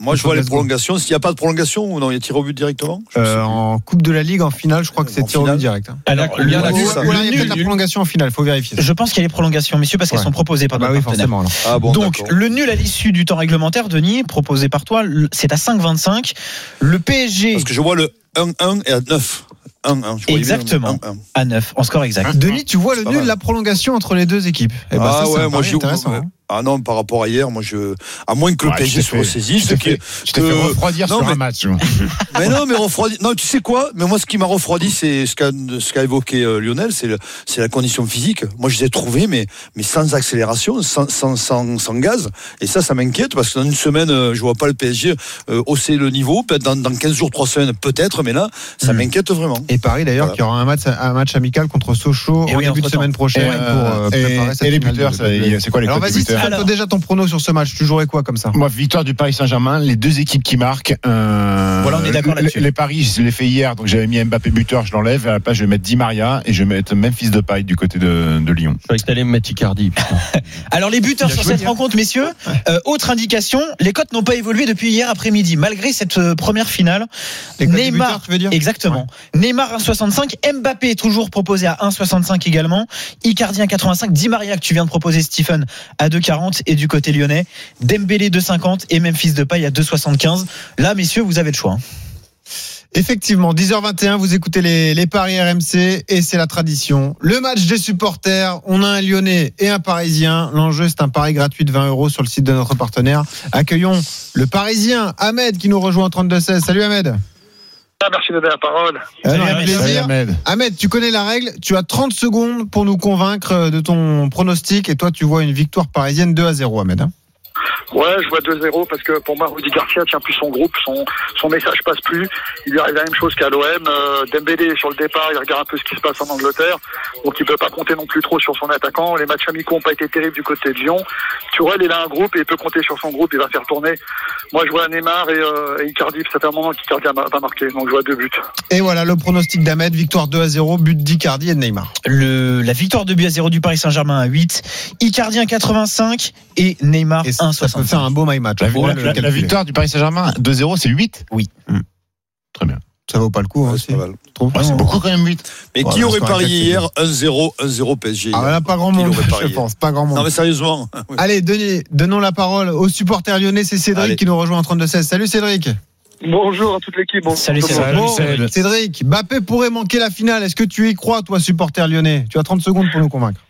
Speaker 8: Moi, je vois les
Speaker 5: Secondes.
Speaker 8: prolongations. S'il n'y a pas de prolongation, ou non, il y a tir au but directement Je sais
Speaker 5: Euh, en Coupe de la Ligue, en finale, je crois que c'est
Speaker 8: En
Speaker 5: tir au but
Speaker 8: finale.
Speaker 5: direct. hein.
Speaker 7: Alors,
Speaker 10: Il y a
Speaker 7: le-
Speaker 10: la-
Speaker 5: Ou-
Speaker 8: c'est
Speaker 5: ou
Speaker 8: ça.
Speaker 5: alors il y a
Speaker 10: Nul,
Speaker 5: peut-être la
Speaker 10: nul.
Speaker 5: prolongation en finale, faut vérifier.
Speaker 7: Je pense qu'il y a les prolongations, messieurs, parce
Speaker 5: Ouais.
Speaker 7: qu'elles sont proposées par
Speaker 5: Bah
Speaker 7: nos
Speaker 5: oui,
Speaker 7: partenaires.
Speaker 5: forcément. alors.
Speaker 8: plus. Ah bon,
Speaker 7: Donc,
Speaker 8: d'accord.
Speaker 7: le nul à l'issue du temps réglementaire, Denis, proposé par toi, le- c'est à 5,25. Le PSG
Speaker 8: Parce que je vois le 1-1 et à 9. 1-1. je voyais bien le
Speaker 7: Exactement.
Speaker 8: 1-1.
Speaker 7: à 9, en score exact.
Speaker 5: Denis, tu vois le
Speaker 8: pas
Speaker 5: nul,
Speaker 8: mal.
Speaker 5: la prolongation entre les deux équipes. Eh ben,
Speaker 8: ah
Speaker 5: ça, ça
Speaker 8: ouais,
Speaker 5: me
Speaker 8: moi
Speaker 5: paraît
Speaker 8: je.
Speaker 5: intéressant, hein.
Speaker 8: Ah non, par rapport à hier, moi je. À moins que le
Speaker 9: Ouais,
Speaker 8: PSG
Speaker 9: tu t'es
Speaker 8: se
Speaker 9: fait-
Speaker 8: ressaisisse.
Speaker 9: tu t'es
Speaker 8: ce qui est-
Speaker 9: fait- Tu t'es fait
Speaker 8: que-
Speaker 9: refroidir
Speaker 8: non,
Speaker 9: sur
Speaker 8: mais-
Speaker 9: un match.
Speaker 8: Mais non, mais refroidi. Non, tu sais quoi Mais moi, ce qui m'a refroidi, c'est ce qu'a ce qu'a évoqué euh, Lionel, c'est le- c'est la condition physique. Moi, je les ai trouvés, mais mais sans accélération, sans sans sans, sans gaz. Et ça, ça m'inquiète parce que dans une semaine, euh, je vois pas le PSG euh, hausser le niveau. Peut-être dans, dans 15 jours, 3 semaines, peut-être. Mais là, ça m'inquiète vraiment.
Speaker 5: Et Paris d'ailleurs
Speaker 8: Voilà.
Speaker 5: qui aura un match, un match amical contre Sochaux
Speaker 7: Et
Speaker 5: en
Speaker 7: oui,
Speaker 5: début de
Speaker 7: entre-temps.
Speaker 5: semaine
Speaker 9: Et,
Speaker 5: prochaine pour euh,
Speaker 9: euh,
Speaker 5: préparer cette
Speaker 9: et- et les
Speaker 5: finale
Speaker 9: buteurs,
Speaker 5: de-
Speaker 9: ça, il- c'est quoi les
Speaker 5: Alors
Speaker 9: cotes des
Speaker 5: vas-y,
Speaker 9: buteurs
Speaker 5: Stéphane, toi, déjà ton prono sur ce match, tu jouerais quoi comme ça
Speaker 9: Moi, victoire du Paris Saint-Germain, les deux équipes qui marquent. euh,
Speaker 7: Voilà, on est d'accord
Speaker 9: les-
Speaker 7: là-dessus.
Speaker 9: Les paris, je l'ai fait hier, donc j'avais mis Mbappé buteur, je l'enlève. À la place, je vais mettre Di Maria et je vais mettre Memphis Depay du côté de, de Lyon.
Speaker 10: Je croyais que t'allais me mettre Icardi. putain.
Speaker 7: Alors, les buteurs
Speaker 5: Bien
Speaker 7: sur
Speaker 5: Hein joué,
Speaker 7: cette
Speaker 5: hier.
Speaker 7: rencontre, messieurs, euh, autre indication, les cotes n'ont pas évolué depuis hier après-midi, malgré cette euh, première finale.
Speaker 5: Les codes des
Speaker 7: Neymar,
Speaker 5: buteurs, tu veux dire
Speaker 7: Exactement. Neymar 1,65, Mbappé est toujours proposé à 1,65 également, Icardi 1,85, Di Maria que tu viens de proposer Stephen à 2,40 et du côté lyonnais, Dembélé 2,50 et Memphis Depay à 2,75. Là messieurs, vous avez le choix. hein.
Speaker 5: Effectivement, 10h21, vous écoutez les, les paris RMC et c'est la tradition. Le match des supporters, on a un Lyonnais et un Parisien. L'enjeu, c'est un pari gratuit de 20 euros sur le site de notre partenaire. Accueillons le Parisien Ahmed qui nous rejoint en 32-16. Salut Ahmed.
Speaker 11: Ah, merci de donner la parole.
Speaker 5: Alors,
Speaker 7: Ahmed.
Speaker 5: un plaisir.
Speaker 9: Salut, Ahmed.
Speaker 5: Ahmed, tu connais la règle, tu as 30 secondes pour nous convaincre de ton pronostic et toi tu vois une victoire parisienne 2 à 0 Ahmed. hein.
Speaker 11: Ouais, je vois 2-0 parce que pour moi, Rudy Garcia tient plus son groupe, son, son message passe plus. Il lui arrive la même chose qu'à l'OM. Euh, Dembélé est sur le départ, il regarde un peu ce qui se passe en Angleterre. Donc il peut pas compter non plus trop sur son attaquant. Les matchs amicaux ont pas été terribles du côté de Lyon. Turel, il a un groupe et il peut compter sur son groupe, il va faire tourner. Moi, je vois Neymar et, euh, et Icardi, ça fait un moment qu'Icardi n'a pas marqué. Donc je vois deux buts.
Speaker 5: Et voilà le pronostic d'Ahmed, victoire 2 à 0, but d'Icardi et de Neymar.
Speaker 7: Le, la victoire de but à 0 du Paris Saint-Germain à 8, Icardi 1, 85 et Neymar
Speaker 5: Et ça, ça peut
Speaker 7: 1,65.
Speaker 5: faire un beau my match.
Speaker 9: La,
Speaker 5: Faut
Speaker 9: la-
Speaker 5: le
Speaker 9: la- la
Speaker 5: calculer.
Speaker 9: victoire du Paris Saint-Germain 2-0, c'est 8
Speaker 7: Oui.
Speaker 9: Hmm. Très bien.
Speaker 5: ça vaut pas le coup. hein,
Speaker 8: Ouais,
Speaker 5: si.
Speaker 8: c'est pas mal.
Speaker 5: Je trouve.
Speaker 9: Ouais, c'est beaucoup quand même 8.
Speaker 8: Mais
Speaker 5: Ouais,
Speaker 8: qui
Speaker 5: le
Speaker 8: aurait
Speaker 5: score exact,
Speaker 8: parié hier 1-0, 1-0 PSG
Speaker 5: Ah
Speaker 8: hier
Speaker 5: là, pas grand
Speaker 8: Il
Speaker 5: monde,
Speaker 8: aurait
Speaker 5: je
Speaker 8: parié.
Speaker 5: pense, pas grand monde.
Speaker 8: Non mais sérieusement.
Speaker 5: Allez, Denis, donnons la parole au supporter lyonnais, c'est Cédric
Speaker 8: Allez.
Speaker 5: qui nous rejoint en 32-16. Salut Cédric.
Speaker 11: Bonjour à toute l'équipe. Bonjour
Speaker 7: Salut,
Speaker 11: tout le
Speaker 7: Cédric.
Speaker 11: monde.
Speaker 5: Bon, Cédric, Bappé pourrait manquer la finale. Est-ce que tu y crois, toi, supporter lyonnais Tu as 30 secondes pour nous convaincre.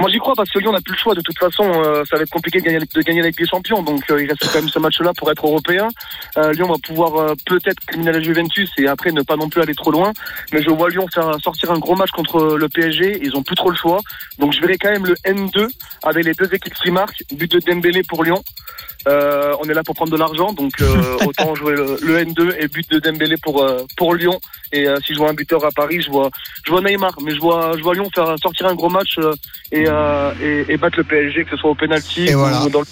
Speaker 11: Moi j'y crois parce que Lyon n'a plus le choix. De toute façon, euh, ça va être compliqué de gagner, de gagner avec des champions. Donc euh, il reste quand même ce match-là pour être européen. Euh, Lyon va pouvoir euh, peut-être éliminer la Juventus et après ne pas non plus aller trop loin. Mais je vois Lyon faire sortir un gros match contre le PSG. Ils ont plus trop le choix. Donc je verrai quand même le N2 avec les deux équipes qui marquent. But de Dembélé pour Lyon. Euh, on est là pour prendre de l'argent, donc euh,
Speaker 10: <laughs>
Speaker 11: autant jouer le, le N2 et but de Dembélé pour euh, pour Lyon. Et euh, si je vois un buteur à Paris, je vois je vois Neymar, mais je vois je vois Lyon faire sortir un gros match euh, et, euh, et et battre le PSG, que ce soit au penalty
Speaker 5: Et
Speaker 11: ou
Speaker 5: voilà.
Speaker 11: dans le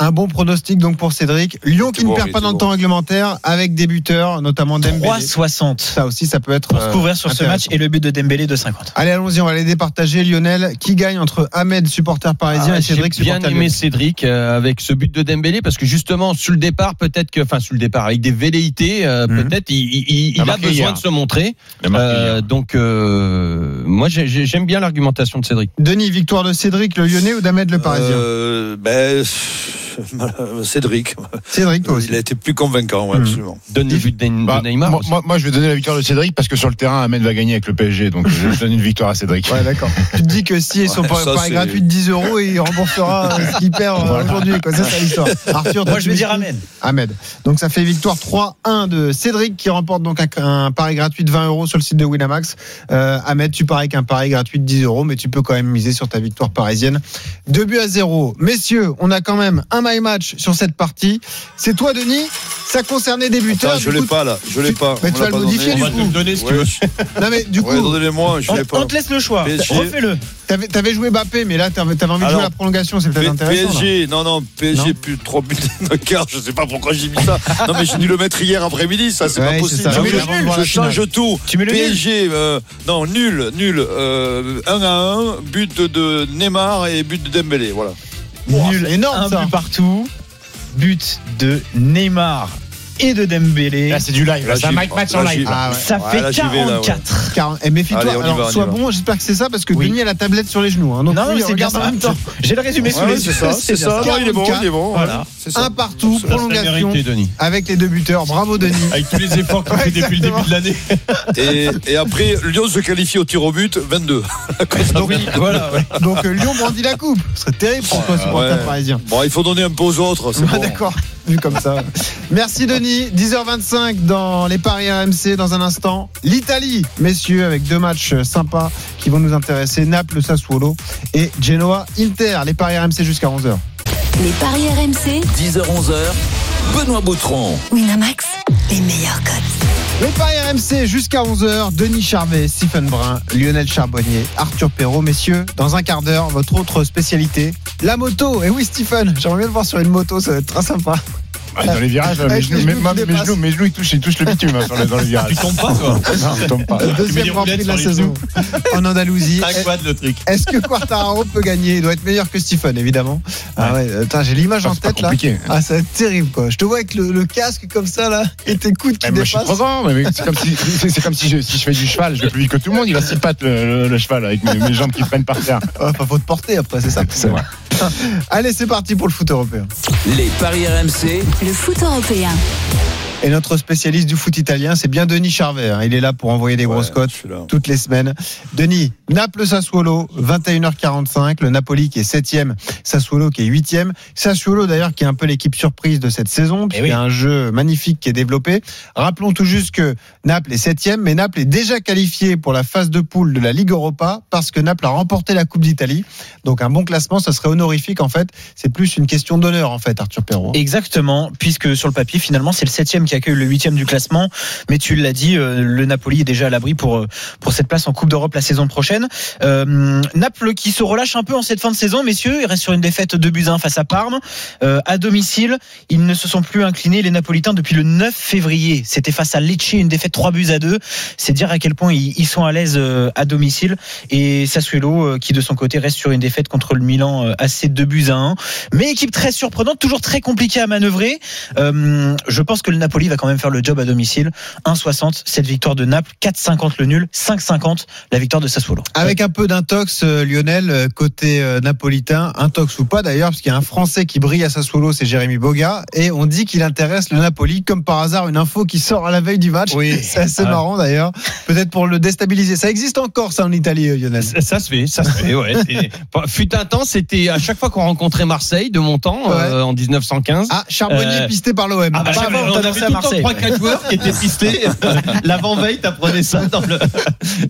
Speaker 5: Un bon pronostic donc pour Cédric. Lyon qui
Speaker 8: C'est
Speaker 5: ne
Speaker 8: bon,
Speaker 5: perd
Speaker 8: oui,
Speaker 5: pas
Speaker 8: c'est
Speaker 5: dans le
Speaker 8: bon.
Speaker 5: temps réglementaire avec des buteurs, notamment Dembélé.
Speaker 7: 3,60.
Speaker 5: Ça aussi, ça peut être.
Speaker 7: Pour se
Speaker 5: euh,
Speaker 7: couvrir sur ce match
Speaker 5: intéressant.
Speaker 7: et le but de Dembélé de 50.
Speaker 5: Allez, allons-y, on va les départager. Lionel, qui gagne entre Ahmed, supporter parisien,
Speaker 10: Ah,
Speaker 5: et
Speaker 10: j'ai
Speaker 5: Cédric,
Speaker 10: bien
Speaker 5: supporter
Speaker 10: aimé
Speaker 5: lyonnais
Speaker 10: Cédric euh, avec ce but de Dembélé parce que justement sur le départ peut-être que enfin sur le départ avec des velléités euh,
Speaker 5: Mhm.
Speaker 10: peut-être il, il- il-
Speaker 9: Il
Speaker 10: il
Speaker 9: a
Speaker 10: a
Speaker 9: marqué
Speaker 10: besoin
Speaker 9: hier.
Speaker 10: de se montrer
Speaker 9: La marque
Speaker 10: Euh,
Speaker 9: hier.
Speaker 10: donc euh, moi j'ai- j'ai- j'aime bien l'argumentation de Cédric
Speaker 5: Denis, victoire de Cédric, le lyonnais ou d'Ahmed, le parisien
Speaker 8: Euh, ben, <laughs> Cédric,
Speaker 5: Cédric, toi aussi.
Speaker 8: euh, il a été plus convaincant, ouais,
Speaker 5: Hmm.
Speaker 8: absolument.
Speaker 10: donne le but de, Ne-
Speaker 9: Bah,
Speaker 10: de Neymar
Speaker 9: moi,
Speaker 10: aussi.
Speaker 9: moi- moi, je vais donner la victoire de Cédric parce que sur le terrain, Ahmed va gagner avec le PSG. Donc, je, je donne une victoire à Cédric.
Speaker 5: Ouais, d'accord. <laughs> tu te dis que si ils sont
Speaker 8: Ouais,
Speaker 5: pas
Speaker 8: ça,
Speaker 5: paris
Speaker 8: c'est-
Speaker 5: gratuit de 10 euros, il remboursera euh, ce qu'il perd euh, aujourd'hui. quoi. C'est ça l'histoire. Arthur,
Speaker 7: Moi,
Speaker 5: toi,
Speaker 7: je
Speaker 5: tu
Speaker 7: vais
Speaker 5: mets
Speaker 7: dire
Speaker 5: qui
Speaker 7: Amen.
Speaker 5: Ahmed. Donc ça fait victoire 3-1 de Cédric qui remporte donc un, un pari gratuit de 20 euros sur le site de Winamax. Euh, Ahmed, tu paries qu'un pari gratuit de 10 euros, mais tu peux quand même miser sur ta victoire parisienne. 2 buts à 0. Messieurs, on a quand même un my match sur cette partie. C'est toi, Denis. Ça concernait des buteurs.
Speaker 8: Attends, je
Speaker 5: Du
Speaker 8: l'ai
Speaker 5: coup,
Speaker 8: pas là, je l'ai
Speaker 5: tu-
Speaker 8: pas.
Speaker 5: mais
Speaker 8: on
Speaker 5: tu
Speaker 8: l'a
Speaker 5: vas
Speaker 8: pas
Speaker 5: le
Speaker 8: donné.
Speaker 5: modifier, du
Speaker 8: Ouais,
Speaker 5: coup.
Speaker 10: donner
Speaker 8: ouais,
Speaker 5: Non, mais du coup,
Speaker 8: ouais, donnez-moi, je
Speaker 7: On,
Speaker 8: l'ai
Speaker 7: on
Speaker 8: pas.
Speaker 7: te laisse le choix.
Speaker 8: PSG.
Speaker 7: Refais-le.
Speaker 5: t'avais, t'avais joué Bappé, mais là, t'avais, t'avais envie de
Speaker 8: Alors,
Speaker 5: jouer la prolongation. C'est peut-être
Speaker 8: P-
Speaker 5: intéressant. là.
Speaker 8: PSG, non, non, PSG,
Speaker 5: Non.
Speaker 8: plus de 3 buts dans le quart, je sais pas pourquoi j'ai mis
Speaker 5: <laughs>
Speaker 8: ça. Non, mais j'ai dû le mettre hier après-midi, ça, c'est
Speaker 5: Ouais,
Speaker 8: pas
Speaker 5: c'est
Speaker 8: possible.
Speaker 5: ça.
Speaker 8: Je,
Speaker 5: Tu mets le
Speaker 8: je-
Speaker 5: nul.
Speaker 8: je change tout.
Speaker 7: Tu mets le nul.
Speaker 8: PSG, euh, non, nul, nul, 1 à 1, but de, de Neymar et but de Dembélé, voilà.
Speaker 5: Nul, énorme
Speaker 7: Un
Speaker 5: ça.
Speaker 7: but partout. But de Neymar et de Dembélé.
Speaker 9: Là, c'est du live.
Speaker 8: Là,
Speaker 9: Là, c'est un
Speaker 8: j'y-
Speaker 9: mic match
Speaker 8: là,
Speaker 9: en
Speaker 8: j'y
Speaker 9: live.
Speaker 8: vais.
Speaker 5: Ah ouais.
Speaker 7: Ça
Speaker 8: Ouais,
Speaker 7: fait
Speaker 8: là, j'y vais, là, ouais.
Speaker 7: 44.
Speaker 5: Car- eh, méfie-toi.
Speaker 8: Allez, on y va, on
Speaker 5: Alors,
Speaker 8: y
Speaker 5: sois
Speaker 8: va.
Speaker 5: bon, j'espère que c'est ça, parce que
Speaker 7: Oui.
Speaker 5: Denis a la tablette sur les genoux. hein. Donc,
Speaker 7: Non,
Speaker 5: lui,
Speaker 7: mais
Speaker 5: il
Speaker 7: c'est bien
Speaker 5: regarde
Speaker 7: en même temps. J'ai le résumé sous
Speaker 8: Ouais,
Speaker 7: les
Speaker 8: c'est
Speaker 7: yeux.
Speaker 8: ça, c'est
Speaker 7: bien
Speaker 8: ça. Non, il est bon, il est bon.
Speaker 7: Voilà.
Speaker 8: c'est ça.
Speaker 5: Un partout,
Speaker 8: Ça, Ah,
Speaker 5: prolongation,
Speaker 10: Denis
Speaker 5: avec les deux buteurs. Bravo, Denis.
Speaker 10: avec tous les efforts qu'il fait depuis le début de l'année
Speaker 8: Et, et après, Lyon se qualifie au tir au but, 22.
Speaker 5: Donc,
Speaker 10: voilà ouais.
Speaker 5: <laughs> donc, euh, Lyon brandit la coupe. Ce serait terrible pour toi, supporter
Speaker 8: ouais.
Speaker 5: parisien.
Speaker 8: Bon, il faut donner un peu aux autres, c'est
Speaker 5: Ah,
Speaker 8: bon.
Speaker 5: D'accord, vu comme ça. Merci Denis. 10h25 dans les Paris RMC dans un instant. L'Italie, messieurs, avec deux matchs euh, sympas qui vont nous intéresser. Naples, Sassuolo et Genoa, Inter. Les Paris RMC jusqu'à 11h.
Speaker 3: Les paris RMC,
Speaker 4: 10h-11h, Benoît Boutron.
Speaker 3: Winamax, les meilleurs cotes.
Speaker 5: Les Paris RMC jusqu'à 11h, Denis Charvet, Stephen Brun, Lionel Charbonnier, Arthur Perrault, messieurs, dans un quart d'heure, votre autre spécialité, la moto. Et oui Stephen, j'aimerais bien le voir sur une moto, ça va être très sympa.
Speaker 9: Ah, Dans les virages, là,
Speaker 5: Avec
Speaker 9: mes
Speaker 5: les
Speaker 9: genoux,
Speaker 5: genoux
Speaker 9: mes,
Speaker 5: qui
Speaker 9: ma- mes
Speaker 5: dépassent.
Speaker 9: genoux, mes genoux, ils touchent, ils touchent le bitume hein, sur les- dans
Speaker 5: <laughs>
Speaker 9: les virages.
Speaker 10: tu tombes pas
Speaker 9: <laughs>
Speaker 10: toi
Speaker 9: Non, ils tombent pas.
Speaker 5: Deuxième Grand Prix de la saison <laughs> en Andalousie. Eh,
Speaker 10: T'as quoi de le truc
Speaker 5: Est-ce que Quartaro peut gagner Il doit être meilleur que Stephen, évidemment. Ah ouais, euh, putain, j'ai l'image en
Speaker 9: C'est pas
Speaker 5: tête là.
Speaker 9: compliqué.
Speaker 5: Ah, ça va être terrible quoi. Je te vois avec le, le casque comme ça là et tes coudes qui
Speaker 9: Eh, moi, je suis
Speaker 5: dépassent.
Speaker 9: présent, mais c'est comme si, c'est- c'est comme si je, si je fais du cheval, je vais plus vite que tout le monde, il va six pattes le, le- le cheval avec mes, mes jambes qui prennent par terre.
Speaker 5: Ah, Enfin, faut te porter après, c'est ça.
Speaker 9: C'est vrai.
Speaker 5: Allez, c'est parti pour le foot européen.
Speaker 4: Les Paris RMC,
Speaker 3: Le foot européen.
Speaker 5: Et notre spécialiste du foot italien, c'est bien Denis Charvet. hein. Il est là pour envoyer des grosses cotes toutes les semaines. Denis, Naples-Sassuolo, 21h45. Le Napoli qui est 7e, Sassuolo qui est 8e. Sassuolo d'ailleurs qui est un peu l'équipe surprise de cette
Speaker 10: Eh
Speaker 5: saison, puisqu'il y a un jeu magnifique qui est développé. Rappelons tout juste que Naples est 7e, mais Naples est déjà qualifié pour la phase de poule de la Ligue Europa parce que Naples a remporté la Coupe d'Italie. Donc un bon classement, ça serait honorifique en fait. C'est plus une question d'honneur en fait, Arthur Perrault.
Speaker 7: Exactement, puisque sur le papier, finalement, c'est le septième qui accueille le huitième du classement. Mais tu l'as dit, euh, le Napoli est déjà à l'abri pour, euh, pour cette place en Coupe d'Europe la saison prochaine. Euh, Naples qui se relâche un peu en cette fin de saison, messieurs. Il reste sur une défaite de buts à un face à Parme. Euh, à domicile, ils ne se sont plus inclinés, les Napolitains, depuis le 9 février. C'était face à Lecce, une défaite 3 buts à 2. C'est dire à quel point ils, ils sont à l'aise euh, à domicile. Et Sassuolo, euh, qui de son côté reste sur une défaite contre le Milan, euh, assez 2 buts à 1. Mais équipe très surprenante, toujours très compliquée à manœuvrer. Euh, je pense que le Napoli va quand même faire le job à domicile. 1,60 cette victoire de Naples, 4,50 le nul, 5,50 la victoire de Sassuolo.
Speaker 5: Avec un peu d'intox, euh, Lionel, euh, côté euh, napolitain, intox ou pas d'ailleurs, parce qu'il y a un Français qui brille à Sassuolo, c'est Jérémy Boga, et on dit qu'il intéresse le Napoli, comme par hasard, une info qui sort à la veille du match.
Speaker 10: Oui.
Speaker 5: <laughs> C'est assez
Speaker 10: Ah.
Speaker 5: marrant d'ailleurs, peut-être pour le déstabiliser. Ça existe encore ça en Italie, euh, Lionel.
Speaker 10: Ça, ça se fait, ça se fait. Ouais. C'est- Bah, Fut un temps, c'était à chaque fois qu'on rencontrait Marseille de mon temps euh, en 1915.
Speaker 5: Ah, Charbonnier
Speaker 10: Euh,
Speaker 5: pisté par l'OM.
Speaker 10: Ah bah,
Speaker 7: Pas avant,
Speaker 10: on
Speaker 7: t'en
Speaker 10: avait
Speaker 7: as fait
Speaker 10: tout
Speaker 7: à
Speaker 10: le temps
Speaker 7: Marseille.
Speaker 10: trois, quatre joueurs qui étaient pistés. L'avant-veille, t'apprenais ça dans le.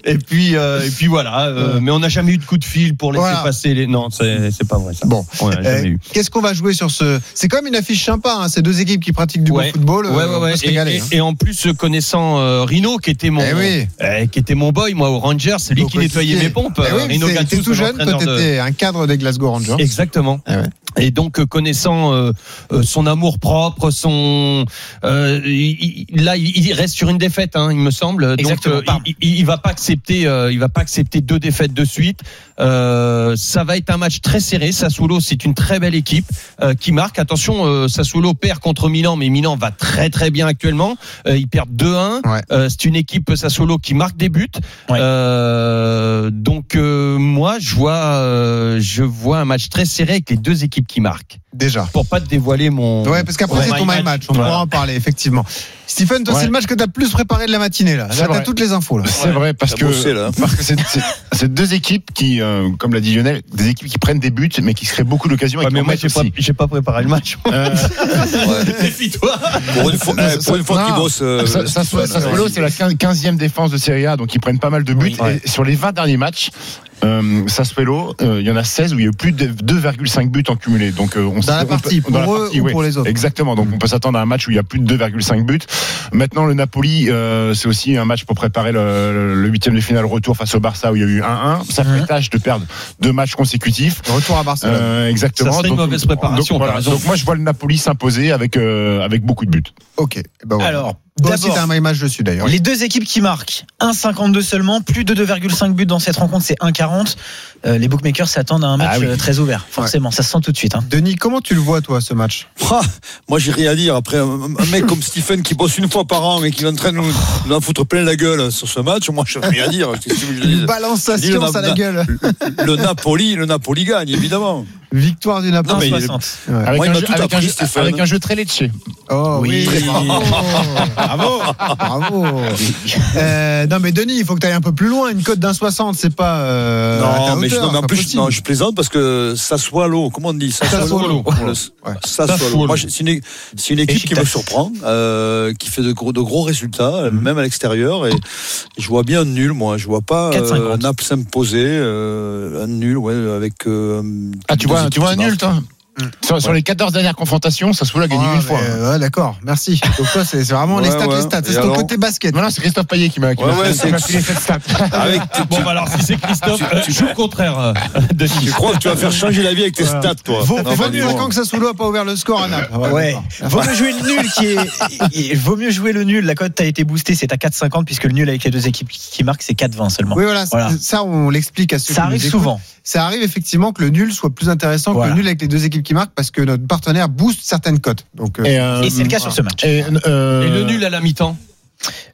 Speaker 10: Et puis, euh, et puis voilà. euh, mais on n'a jamais eu de coup de fil pour laisser
Speaker 5: Voilà.
Speaker 10: passer les. Non, c'est c'est pas vrai. Ça.
Speaker 5: Bon.
Speaker 10: on n'a
Speaker 5: Euh,
Speaker 10: jamais eu.
Speaker 5: Qu'est-ce qu'on va jouer sur ce C'est quand même une affiche sympa. hein, Ces deux équipes qui pratiquent du bon football. euh,
Speaker 10: Ouais, ouais,
Speaker 5: on peut
Speaker 10: ouais.
Speaker 5: se
Speaker 10: Et,
Speaker 5: régaler,
Speaker 10: et-
Speaker 5: hein.
Speaker 10: et en plus, euh, connaissant euh, Rino, qui était mon,
Speaker 5: Eh oui.
Speaker 10: euh, qui était mon boy, moi, au Rangers, c'est lui
Speaker 5: Au
Speaker 10: qui nettoyait
Speaker 5: quotidien.
Speaker 10: mes pompes.
Speaker 5: Eh
Speaker 10: euh,
Speaker 5: oui,
Speaker 10: Rino
Speaker 5: c'est-
Speaker 10: Gattuso,
Speaker 5: t'es tout jeune, toi
Speaker 10: l'entraîneur de-
Speaker 5: t'étais un cadre des Glasgow Rangers.
Speaker 10: Exactement.
Speaker 9: Eh
Speaker 5: Ah ouais.
Speaker 10: Et donc euh, connaissant euh, euh, son amour propre, son euh, il- il- là il il reste sur une défaite, hein, il me semble. Donc
Speaker 7: Exactement,
Speaker 10: euh,
Speaker 7: pardon.
Speaker 10: il, il- il va pas accepter, euh, il va pas accepter deux défaites de suite. Euh, ça va être un match très serré. Sassuolo c'est une très belle équipe euh, qui marque. Attention, euh, Sassuolo perd contre Milan, mais Milan va très très bien actuellement. Euh, ils perdent 2-1.
Speaker 5: Ouais.
Speaker 10: Euh, c'est une équipe Sassuolo qui marque des buts.
Speaker 7: Ouais.
Speaker 10: Euh, donc euh, moi, je vois, euh, je vois un match très serré avec les deux équipes qui marquent.
Speaker 5: eh, Déjà.
Speaker 10: Pour pas te dévoiler mon.
Speaker 5: Ouais, parce qu'après
Speaker 10: mon
Speaker 5: c'est ton my match, on
Speaker 10: Voilà.
Speaker 5: pourra en parler effectivement. Stephen, toi
Speaker 9: Ouais.
Speaker 5: c'est le match que t'as le plus préparé de la matinée là.
Speaker 9: C'est
Speaker 5: Là t'as
Speaker 9: vrai.
Speaker 5: toutes les infos là.
Speaker 9: C'est vrai parce
Speaker 8: T'as
Speaker 9: que
Speaker 8: bossé, là.
Speaker 9: parce que c'est c'est- c'est deux équipes qui, euh, comme l'a dit Lionel, des équipes qui prennent des buts mais qui se créent beaucoup d'occasions. et
Speaker 10: Ouais,
Speaker 9: qui
Speaker 10: mais
Speaker 9: en
Speaker 10: moi,
Speaker 9: mettent
Speaker 10: j'ai pas,
Speaker 9: aussi.
Speaker 10: j'ai pas préparé le match.
Speaker 9: Euh,
Speaker 10: Défie-toi.
Speaker 8: Pour une fois,
Speaker 10: Euh,
Speaker 9: Ça-
Speaker 8: eh, pour une fois
Speaker 9: non.
Speaker 8: qu'il bosse. euh,
Speaker 9: Ça- ça-
Speaker 8: Stéphane,
Speaker 9: Sassuolo,
Speaker 8: ouais.
Speaker 9: c'est la 15 15e défense de Serie A, donc ils prennent pas mal de buts.
Speaker 10: Oui. Ouais.
Speaker 9: Et sur les 20 derniers matchs, euh, Sassuolo, euh, il y en a 16 où il y a eu plus de 2,5 buts en cumulé. Donc, euh, on
Speaker 5: Dans la
Speaker 9: on peut-
Speaker 5: partie, pour eux ou pour les autres.
Speaker 9: Exactement. Donc, on peut s'attendre à un match où il y a plus de 2,5 buts. Maintenant, le Napoli, euh, c'est aussi un match pour préparer le le huitième de finale retour face au Barça où il y a eu 1-1. Ça fait tâche de perdre deux matchs consécutifs.
Speaker 5: Retour à Barcelone.
Speaker 9: Euh, exactement.
Speaker 10: Ça serait une
Speaker 9: Donc-
Speaker 10: mauvaise préparation,
Speaker 9: Donc, voilà.
Speaker 10: t'as raison.
Speaker 9: Donc, moi, je vois le Napoli s'imposer avec euh, avec beaucoup de buts.
Speaker 5: Ok. Bah ouais.
Speaker 7: Alors,
Speaker 5: toi aussi
Speaker 7: d'abord-
Speaker 5: t'as un my match dessus d'ailleurs.
Speaker 7: Les deux équipes qui marquent 1,52 seulement, plus de 2,5 buts dans cette rencontre, c'est 1,40. Euh, les bookmakers s'attendent à un match
Speaker 9: Ah oui.
Speaker 7: euh, très ouvert, forcément, ça se sent tout de suite. hein.
Speaker 5: Denis, comment tu le vois toi ce match
Speaker 8: Ah, moi, j'ai rien à dire. Après, un un mec comme Stephen qui bosse une fois par an et qui est en train de nous, nous en foutre plein la gueule sur ce match, moi, j'ai rien à
Speaker 9: <laughs>
Speaker 8: dire. Qu'est-ce que tu veux que je dise
Speaker 5: Il balance sa
Speaker 8: Lille,
Speaker 5: science à la
Speaker 8: Naples.
Speaker 5: gueule.
Speaker 8: le, le Napoli, le Napoli gagne, évidemment.
Speaker 5: Victoire du Naples.
Speaker 8: Non, mais-
Speaker 7: 1,60.
Speaker 9: Avec,
Speaker 8: Moi, il
Speaker 9: un
Speaker 8: m'a
Speaker 9: jeu,
Speaker 8: tout
Speaker 9: avec
Speaker 8: appris,
Speaker 9: un jeu-
Speaker 8: Stéphane.
Speaker 9: avec un jeu très léché.
Speaker 5: Oh oui.
Speaker 8: Oui.
Speaker 5: Oh, <laughs> bravo. Bravo. Euh, non mais Denis, il faut que tu ailles un peu plus loin. Une cote d'un 60, c'est pas. euh, à ta
Speaker 8: non, mais je,
Speaker 5: hauteur,
Speaker 8: non, mais en
Speaker 5: pas
Speaker 8: plus,
Speaker 5: possible.
Speaker 8: non, je plaisante parce que Sassuolo, comment on dit
Speaker 10: Sassuolo.
Speaker 8: Le-
Speaker 5: Ouais.
Speaker 8: Sassuolo. Moi, j'ai- C'est une, c'est une équipe qui me
Speaker 7: Beşiktaş.
Speaker 8: surprend, euh, qui fait de gros, de gros résultats, euh, même à l'extérieur. Et je vois bien un nul, moi. Je vois pas euh,
Speaker 7: 4,50.
Speaker 8: Naples s'imposer, euh, un nul, ouais, avec. euh,
Speaker 9: Ah, tu
Speaker 8: deux
Speaker 9: vois,
Speaker 8: équipes
Speaker 9: tu vois un
Speaker 8: qui
Speaker 9: nul,
Speaker 8: marquent.
Speaker 9: toi sur, sur les 14 dernières confrontations, Sassuolo a gagné
Speaker 5: Ah,
Speaker 9: une
Speaker 5: mais,
Speaker 9: fois.
Speaker 5: euh, ouais, d'accord, merci. Donc toi, c'est c'est vraiment les
Speaker 8: Ouais,
Speaker 5: stats,
Speaker 8: ouais.
Speaker 5: les stats.
Speaker 8: Et
Speaker 5: C'est ton
Speaker 8: alors
Speaker 5: côté basket.
Speaker 9: Non, non, c'est Christophe Payet qui m'a qui
Speaker 8: Ouais,
Speaker 9: m'a-
Speaker 8: ouais,
Speaker 9: qui m'a
Speaker 8: c'est-
Speaker 9: filé cette stat.
Speaker 8: Avec,
Speaker 10: Bon, bah, alors si c'est Christophe, euh, je joue le contraire. euh, Denis.
Speaker 8: tu crois que tu vas faire changer la vie avec tes stats, toi
Speaker 5: Vaut,
Speaker 8: Non,
Speaker 5: vaut
Speaker 8: mais
Speaker 5: mieux
Speaker 8: bon.
Speaker 5: 5 ans que Sassuolo a pas ouvert le score à Naples.
Speaker 10: hein.
Speaker 7: Ouais,
Speaker 5: d'accord.
Speaker 7: vaut mieux jouer le nul qui est. il- il- Vaut mieux jouer le nul. La cote a été boostée, c'est à 4,50 puisque le nul avec les deux équipes qui qui marquent, c'est 4,20 seulement.
Speaker 5: Oui, voilà,
Speaker 7: Voilà.
Speaker 5: c'est- ça on l'explique à ceux qui
Speaker 7: Ça
Speaker 5: nous
Speaker 7: arrive
Speaker 5: écoutent.
Speaker 7: souvent.
Speaker 5: Ça arrive effectivement que le nul soit plus intéressant que
Speaker 7: Voilà.
Speaker 5: le nul avec les deux équipes qui marquent parce que notre partenaire booste certaines cotes. Donc, euh,
Speaker 9: euh,
Speaker 7: Et c'est le cas sur ce match.
Speaker 9: et, euh,
Speaker 10: Et le nul à la mi-temps.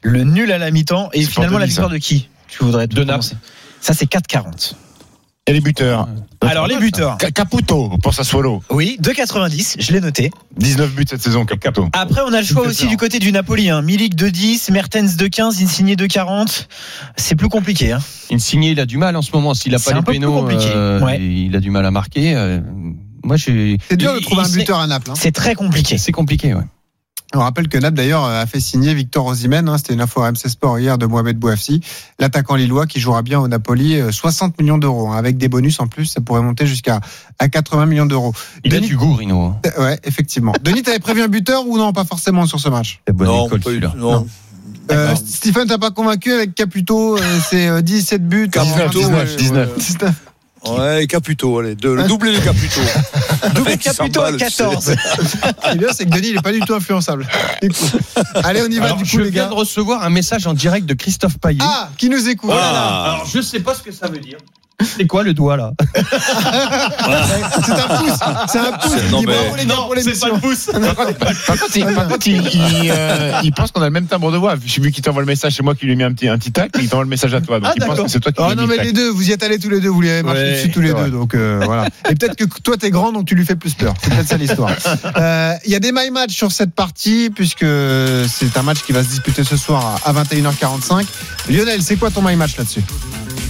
Speaker 7: Le nul à la mi-temps et
Speaker 9: C'est pour
Speaker 7: finalement la
Speaker 9: Denis, ça.
Speaker 7: victoire de qui Tu voudrais te
Speaker 10: De
Speaker 7: prononcer Ça, c'est 4,40.
Speaker 9: Et les buteurs
Speaker 7: Alors les buteurs.
Speaker 9: Ca- Caputo pour Sassuolo.
Speaker 7: Oui, 2,90, je l'ai noté.
Speaker 9: 19 buts cette saison, Caputo.
Speaker 7: Après, on a le choix aussi du côté du Napoli. Hein. Milik 2,10, Mertens 2,15, Insigné 2,40. C'est plus compliqué. Hein.
Speaker 10: Insigné, il a du mal en ce moment. S'il n'a
Speaker 7: C'est
Speaker 10: pas
Speaker 7: un
Speaker 10: les
Speaker 7: peu plus
Speaker 10: pénaux,
Speaker 7: compliqué,
Speaker 10: euh,
Speaker 7: ouais.
Speaker 10: il a du mal à marquer. euh, Moi, j'ai.
Speaker 5: C'est dur
Speaker 10: Il-
Speaker 5: de trouver
Speaker 10: il
Speaker 5: un
Speaker 10: sait-
Speaker 5: buteur à Naples. hein.
Speaker 7: C'est très compliqué.
Speaker 10: C'est compliqué, ouais.
Speaker 5: On rappelle que Naples d'ailleurs euh, a fait signer Victor Osimhen, hein, c'était une info RMC Sport hier de Mohamed Bouafsi, l'attaquant lillois qui jouera bien au Napoli, euh, 60 millions d'euros, hein, avec des bonus en plus, ça pourrait monter jusqu'à à 80 millions d'euros.
Speaker 10: Il a
Speaker 5: Denis-
Speaker 10: du goût, Rino. hein.
Speaker 5: Euh, Ouais, effectivement. Denis, t'avais prévu un buteur ou non, pas forcément sur ce match
Speaker 10: La bonne
Speaker 8: non,
Speaker 10: école,
Speaker 8: pas eu-
Speaker 10: celui-là.
Speaker 8: non.
Speaker 5: euh, Stephen, t'as pas convaincu avec Caputo, euh, c'est euh, 17 buts,
Speaker 8: 19,
Speaker 5: 19,
Speaker 9: 19.
Speaker 5: 19.
Speaker 8: Ouais, et Caputo, allez, deux, le doublé de Caputo. doublé
Speaker 7: Caputo à 14.
Speaker 5: Ce qui est bien, c'est que Denis, il est pas du tout influençable. Du coup. Allez, on y va
Speaker 10: Alors,
Speaker 5: du coup,
Speaker 10: je
Speaker 5: les
Speaker 10: viens
Speaker 5: gars.
Speaker 10: de recevoir un message en direct de Christophe Payet.
Speaker 5: Ah, qui nous écoute
Speaker 8: Ah,
Speaker 10: Alors, je sais pas ce que ça veut dire. C'est quoi le doigt
Speaker 7: <laughs>
Speaker 10: là
Speaker 5: C'est un pouce, c'est un pouce.
Speaker 8: C'est-
Speaker 5: Il
Speaker 8: non,
Speaker 5: dit
Speaker 8: mais-
Speaker 5: bravo les gars pour l'émission. <laughs>
Speaker 7: <laughs>
Speaker 10: pouce.
Speaker 9: Par contre, il, par contre, il- il, euh, il pense qu'on a le même timbre de voix. J'ai vu qu'il t'envoie le message, c'est moi qui lui ai mis un petit, un petit tac, et il t'envoie le message à toi. Donc
Speaker 7: Ah,
Speaker 9: il pense
Speaker 7: d'accord.
Speaker 9: que c'est toi qui lui
Speaker 5: Ah
Speaker 9: as
Speaker 5: non
Speaker 9: mis
Speaker 5: mais
Speaker 9: le tac.
Speaker 5: les deux, vous y êtes allés tous les deux, vous lui avez marché
Speaker 9: Ouais,
Speaker 5: dessus tous les
Speaker 9: c'est
Speaker 5: deux,
Speaker 9: vrai.
Speaker 5: donc euh, voilà. Et peut-être que toi t'es grand, donc tu lui fais plus peur. C'est peut-être ça l'histoire. Euh, Il y a des my match sur cette partie puisque c'est un match qui va se disputer ce soir à 21h45. Lionel, c'est quoi ton my match là-dessus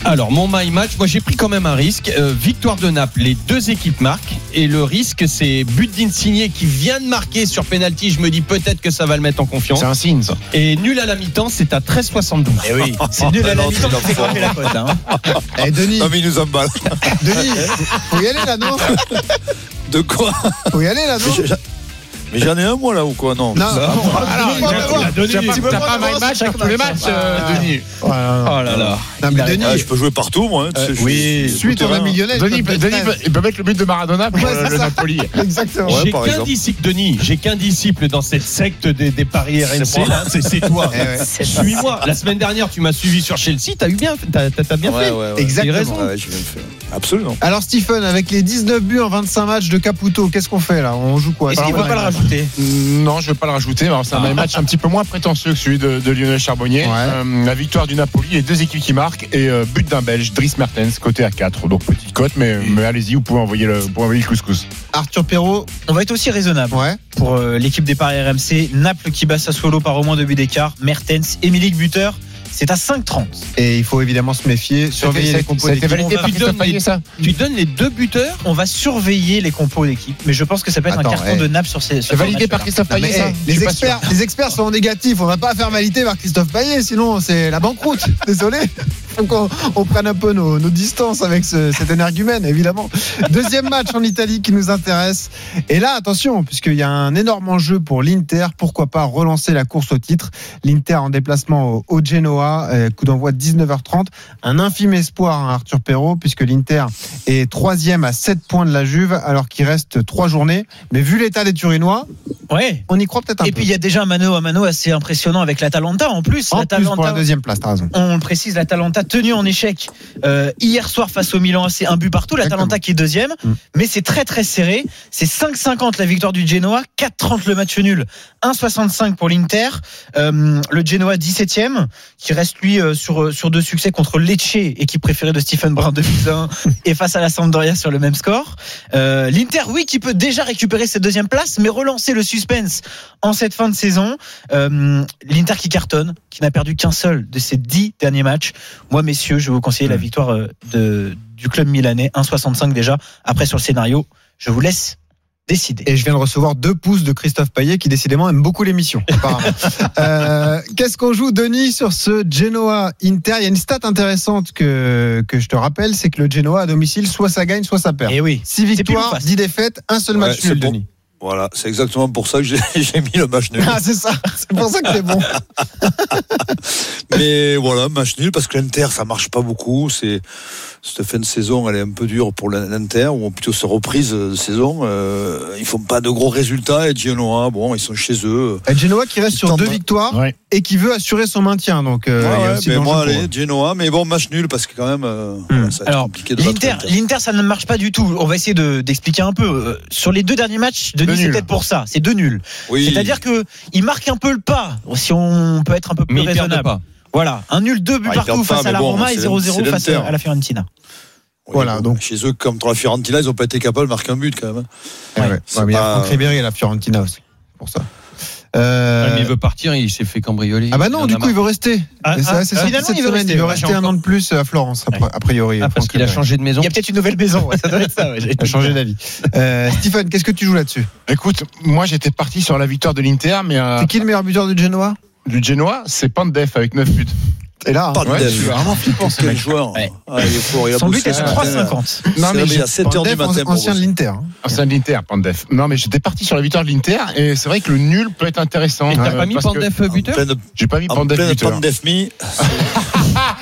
Speaker 10: Alors, mon my match, moi j'ai pris quand même un risque. Euh, victoire de Naples, les deux équipes marquent. Et le risque, c'est but d'Insigné qui vient de marquer sur penalty. Je me dis peut-être que ça va le mettre en confiance.
Speaker 9: C'est un signe, ça.
Speaker 10: Et nul à la mi-temps, c'est à 13,72. <laughs>
Speaker 7: Et oui, c'est nul à la mi-temps qui fait grimper la cote. hein.
Speaker 5: Eh Denis,
Speaker 8: Non, mais il nous emballe.
Speaker 5: Denis, faut y aller là non
Speaker 8: <laughs> De quoi
Speaker 5: Faut y aller là non
Speaker 8: Mais j'ai- Mais j'en ai un, moi, là, ou quoi Non.
Speaker 5: Non,
Speaker 9: Alors,
Speaker 5: il a- il a donné-
Speaker 9: t'as pas my match avec tous les matchs, euh, Denis.
Speaker 5: Oh là là. Non mais Denis,
Speaker 8: Ah, je peux jouer partout, moi. hein, tu sais, je- je- je-
Speaker 5: suis ton ami Lionel.
Speaker 9: Denis,
Speaker 5: peut-être
Speaker 9: Denis peut, il peut mettre le but de Maradona pour
Speaker 5: Ouais,
Speaker 9: euh,
Speaker 5: c'est
Speaker 9: le
Speaker 5: ça.
Speaker 9: Napoli.
Speaker 5: Exactement.
Speaker 8: Ouais,
Speaker 10: j'ai
Speaker 8: par
Speaker 10: qu'un
Speaker 8: exemple.
Speaker 10: disciple, Denis, j'ai qu'un disciple dans cette secte des, des paris RMC, là, c'est c'est <laughs> toi.
Speaker 5: Eh ouais.
Speaker 10: Suis-moi. La semaine dernière, tu m'as suivi sur Chelsea, t'as eu bien, t'as t'as- t'as bien
Speaker 8: Ouais,
Speaker 10: fait.
Speaker 8: ouais, ouais.
Speaker 5: Exactement.
Speaker 10: raison.
Speaker 8: Ouais, je viens de faire. Absolument.
Speaker 5: Alors Stephen, avec les 19 buts en 25 matchs de Caputo, qu'est-ce qu'on fait là On joue quoi
Speaker 7: Est-ce qu'il ne
Speaker 5: Par-
Speaker 7: faut pas le rajouter
Speaker 9: Non, je ne veux pas le rajouter. mais alors, C'est un match un petit peu moins prétentieux que celui de, de Lionel Charbonnier.
Speaker 5: Ouais.
Speaker 9: Euh, la victoire du Napoli, les deux équipes qui marquent et euh, but d'un Belge, Driss Mertens, côté à 4. Donc petite cote, mais, mais allez-y, vous pouvez envoyer le, vous pouvez envoyer le couscous.
Speaker 5: Arthur Perrault,
Speaker 7: On va être aussi raisonnable.
Speaker 5: ouais.
Speaker 7: pour euh, l'équipe des paris RMC. Naples qui bat Sassuolo par au moins deux buts d'écart. Mertens, Emilic buteur. C'est à 5,30.
Speaker 5: Et il faut évidemment se méfier, surveiller les compos
Speaker 9: C'était
Speaker 5: d'équipe.
Speaker 9: validé
Speaker 10: On va
Speaker 9: par Christophe
Speaker 10: donner-
Speaker 9: Payet, ça
Speaker 10: Tu donnes les deux buteurs.
Speaker 7: On va surveiller les compos d'équipe, mais je pense que ça peut être
Speaker 5: Attends,
Speaker 7: un carton
Speaker 5: eh.
Speaker 7: de Naples sur ces.
Speaker 9: C'est
Speaker 7: sur
Speaker 9: validé
Speaker 7: ce
Speaker 9: par
Speaker 7: match-là.
Speaker 9: Christophe
Speaker 5: Non, mais,
Speaker 9: Payet, ça
Speaker 5: eh,
Speaker 9: Je
Speaker 5: les,
Speaker 9: suis pas sûr.
Speaker 5: experts, les experts sont en négatif, on va pas faire valider par Christophe Payet, sinon c'est la banqueroute. <laughs> Désolé, faut qu'on on prenne un peu nos, nos distances avec ce- cet énergumène, évidemment. Deuxième match en Italie qui nous intéresse. Et là, attention, puisqu'il y a un énorme enjeu pour l'Inter, pourquoi pas relancer la course au titre. L'Inter en déplacement au, au Genoa, euh, coup d'envoi 19h30. Un infime espoir, hein, Arthur Perrault, puisque l'Inter est troisième à 7 points de la Juve, alors qu'il reste trois journées. Mais vu l'état des Turinois,
Speaker 7: Ouais.
Speaker 5: on y croit peut-être un
Speaker 7: Et
Speaker 5: peu.
Speaker 7: puis il y a déjà un mano à mano assez impressionnant avec l'Atalanta
Speaker 5: En
Speaker 7: en plus.
Speaker 5: plus, pour la
Speaker 7: L'Atalanta,
Speaker 5: deuxième place, t'as raison.
Speaker 7: on le précise, l'Atalanta tenue en échec euh, hier soir face au Milan AC, un but partout. L'Atalanta
Speaker 5: Exactement.
Speaker 7: qui est deuxième,
Speaker 5: Mm.
Speaker 7: mais c'est très très serré. C'est 5,50 la victoire du Genoa, 4,30 le match nul, 1,65 pour l'Inter. Euh, le Genoa 17e, qui reste lui euh, sur, euh, sur deux succès contre Lecce, équipe préférée de Stephen Brun
Speaker 5: <laughs>
Speaker 7: 2001, et face à la Sampdoria sur le même score. Euh, L'Inter, oui, qui peut déjà récupérer cette deuxième place, mais relancer le suspense en cette fin de saison. Euh, L'Inter qui cartonne, qui n'a perdu qu'un seul de ses dix derniers matchs. Moi, messieurs, je vais vous conseiller la victoire euh, de, du club milanais, 1,65 déjà. Après, sur le scénario, je vous laisse décider.
Speaker 5: Et je viens de recevoir deux pouces de Christophe Payet qui décidément aime beaucoup l'émission.
Speaker 7: <laughs>
Speaker 5: apparemment. euh, Qu'est-ce qu'on joue, Denis, sur ce Genoa Inter Il y a une stat intéressante que, que je te rappelle, c'est que le Genoa à domicile, soit ça gagne, soit ça perd.
Speaker 7: Et oui,
Speaker 5: 6
Speaker 7: pile ou
Speaker 5: victoires,
Speaker 7: face.
Speaker 5: 10 défaites, un seul
Speaker 8: Ouais,
Speaker 5: match
Speaker 8: c'est
Speaker 5: nul,
Speaker 8: bon.
Speaker 5: Denis. <laughs>
Speaker 8: Voilà, c'est exactement pour ça que j'ai <laughs> j'ai mis le match nul.
Speaker 5: Ah, c'est ça, c'est pour ça que c'est
Speaker 8: <laughs>
Speaker 5: bon.
Speaker 8: Mais voilà, match nul parce que l'Inter, ça marche pas beaucoup. C'est cette fin de saison, elle est un peu dure pour l'Inter ou plutôt cette reprise de saison. Euh, ils font pas de gros résultats. Et Genoa, bon, ils sont chez eux.
Speaker 5: Et Genoa qui reste sur
Speaker 8: Putain,
Speaker 5: deux
Speaker 8: bah.
Speaker 5: victoires
Speaker 9: Ouais.
Speaker 5: et qui veut assurer son maintien. Donc, euh,
Speaker 8: Ouais,
Speaker 5: il y a
Speaker 8: ouais,
Speaker 5: aussi
Speaker 8: mais
Speaker 5: de
Speaker 8: moi,
Speaker 5: l'enjeu pour
Speaker 8: allez,
Speaker 5: eux.
Speaker 8: Genoa, mais bon, match nul parce que quand même, euh, voilà, ça va être
Speaker 7: Alors,
Speaker 8: compliqué de battre
Speaker 7: L'Inter, l'Inter, ça ne marche pas du tout. On va essayer de- d'expliquer un peu. Euh, Sur les deux derniers matchs, Denis,
Speaker 9: Deux
Speaker 7: c'est
Speaker 9: nuls.
Speaker 7: peut-être pour ça. C'est deux nuls.
Speaker 8: Oui.
Speaker 7: C'est-à-dire que il marque un peu le pas, si on peut être un peu plus
Speaker 10: Mais ils perdent
Speaker 7: raisonnable.
Speaker 10: pas.
Speaker 7: Voilà, un nul deux buts
Speaker 8: Ah, ils
Speaker 7: partout
Speaker 8: perdent pas,
Speaker 7: face à
Speaker 8: mais
Speaker 7: la
Speaker 8: bon,
Speaker 7: Roma et
Speaker 8: c'est-
Speaker 7: 0-0
Speaker 8: c'est
Speaker 7: face
Speaker 8: l'Inter.
Speaker 7: à la Fiorentina.
Speaker 5: Voilà, donc.
Speaker 8: Chez eux, comme contre la Fiorentina, ils n'ont pas été capables de marquer un but quand même.
Speaker 5: Eh ouais.
Speaker 8: c'est
Speaker 5: Ouais, mais il y a
Speaker 8: pas-
Speaker 5: Franck Ribéry à la Fiorentina aussi, pour ça.
Speaker 10: Ah,
Speaker 5: Euh,
Speaker 10: mais il veut partir, il s'est fait cambrioler.
Speaker 5: Ah bah
Speaker 10: Il en
Speaker 5: non,
Speaker 10: a
Speaker 5: du coup,
Speaker 10: marre.
Speaker 5: il veut rester.
Speaker 7: Ah,
Speaker 5: Et ça,
Speaker 7: ah,
Speaker 5: c'est sorti
Speaker 7: finalement,
Speaker 5: cette
Speaker 7: il veut
Speaker 5: semaine.
Speaker 7: rester,
Speaker 5: il veut
Speaker 7: ouais,
Speaker 5: rester
Speaker 7: j'ai
Speaker 5: un
Speaker 7: encore-
Speaker 5: an de plus à Florence, a- a priori.
Speaker 10: Ah, parce
Speaker 5: Franck
Speaker 10: qu'il a
Speaker 8: euh,
Speaker 5: Ribéry.
Speaker 10: changé de maison.
Speaker 7: Il y a peut-être une nouvelle maison, ouais, ça doit être ça. ouais, j'ai-
Speaker 5: Il a changé d'avis. Euh, Stéphane, qu'est-ce que tu joues là-dessus
Speaker 9: Écoute, moi j'étais parti sur la victoire de l'Inter, mais
Speaker 10: Bah.
Speaker 9: euh,
Speaker 5: C'est qui le meilleur buteur du Genoa
Speaker 9: du Genoa, c'est Pandef avec 9 buts.
Speaker 5: Et là, hein.
Speaker 8: Pas de
Speaker 9: Ouais,
Speaker 8: dev.
Speaker 9: je suis vraiment
Speaker 8: Quel joueur
Speaker 7: Ouais.
Speaker 8: Ah, il est fort, il a
Speaker 7: Son but
Speaker 8: bossé.
Speaker 7: est à
Speaker 10: euh,
Speaker 7: 3,50.
Speaker 8: Non, Ah, mais
Speaker 9: j'ai-
Speaker 8: il est à 7h du
Speaker 5: Def,
Speaker 8: matin. pour
Speaker 5: ancien de
Speaker 8: bosser.
Speaker 5: l'Inter. hein.
Speaker 9: Ancien de l'Inter, Pandef. Non, mais j'étais parti sur la victoire de l'Inter, et c'est vrai que le nul peut être intéressant.
Speaker 10: Et t'as
Speaker 9: euh,
Speaker 10: pas mis
Speaker 9: parce que-
Speaker 10: Pandef buteur
Speaker 8: Plein de-
Speaker 9: J'ai pas mis
Speaker 8: En
Speaker 9: Pandef
Speaker 8: plein
Speaker 9: buteur.
Speaker 8: pan d'Efmi.
Speaker 5: Ah,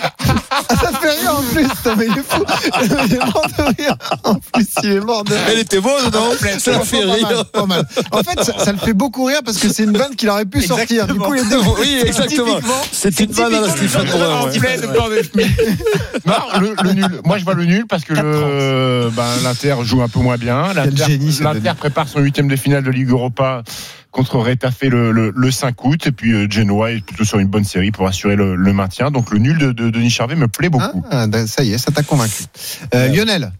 Speaker 5: ça fait rire en plus, ça, mais il est fou. Il est mort de rire. En plus, il est mort de rire.
Speaker 8: Elle était bonne, non Ça fait
Speaker 5: Pas mal,
Speaker 8: rire.
Speaker 5: pas mal. En fait, ça, ça le fait beaucoup rire parce que c'est une vanne qu'il aurait pu sortir. Du coup, il est dégoûté.
Speaker 8: Oui, exactement. C'est une balle à la Stéphane
Speaker 7: Ah,
Speaker 8: Brun. ouais.
Speaker 9: Non, le, le nul. Moi, je vois le nul parce que le- ben, l'Inter joue un peu moins bien. L'Inter
Speaker 5: génie, ce
Speaker 9: l'Inter
Speaker 5: Denis.
Speaker 9: prépare son huitième de finale de Ligue Europa contre Retafe le, le, le 5 août. Et puis, euh, Genoa est plutôt sur une bonne série pour assurer le, le maintien. Donc, le nul de, de Denis Charvet me plaît beaucoup.
Speaker 5: Ah, ça y est, ça t'a convaincu. Euh, Lionel,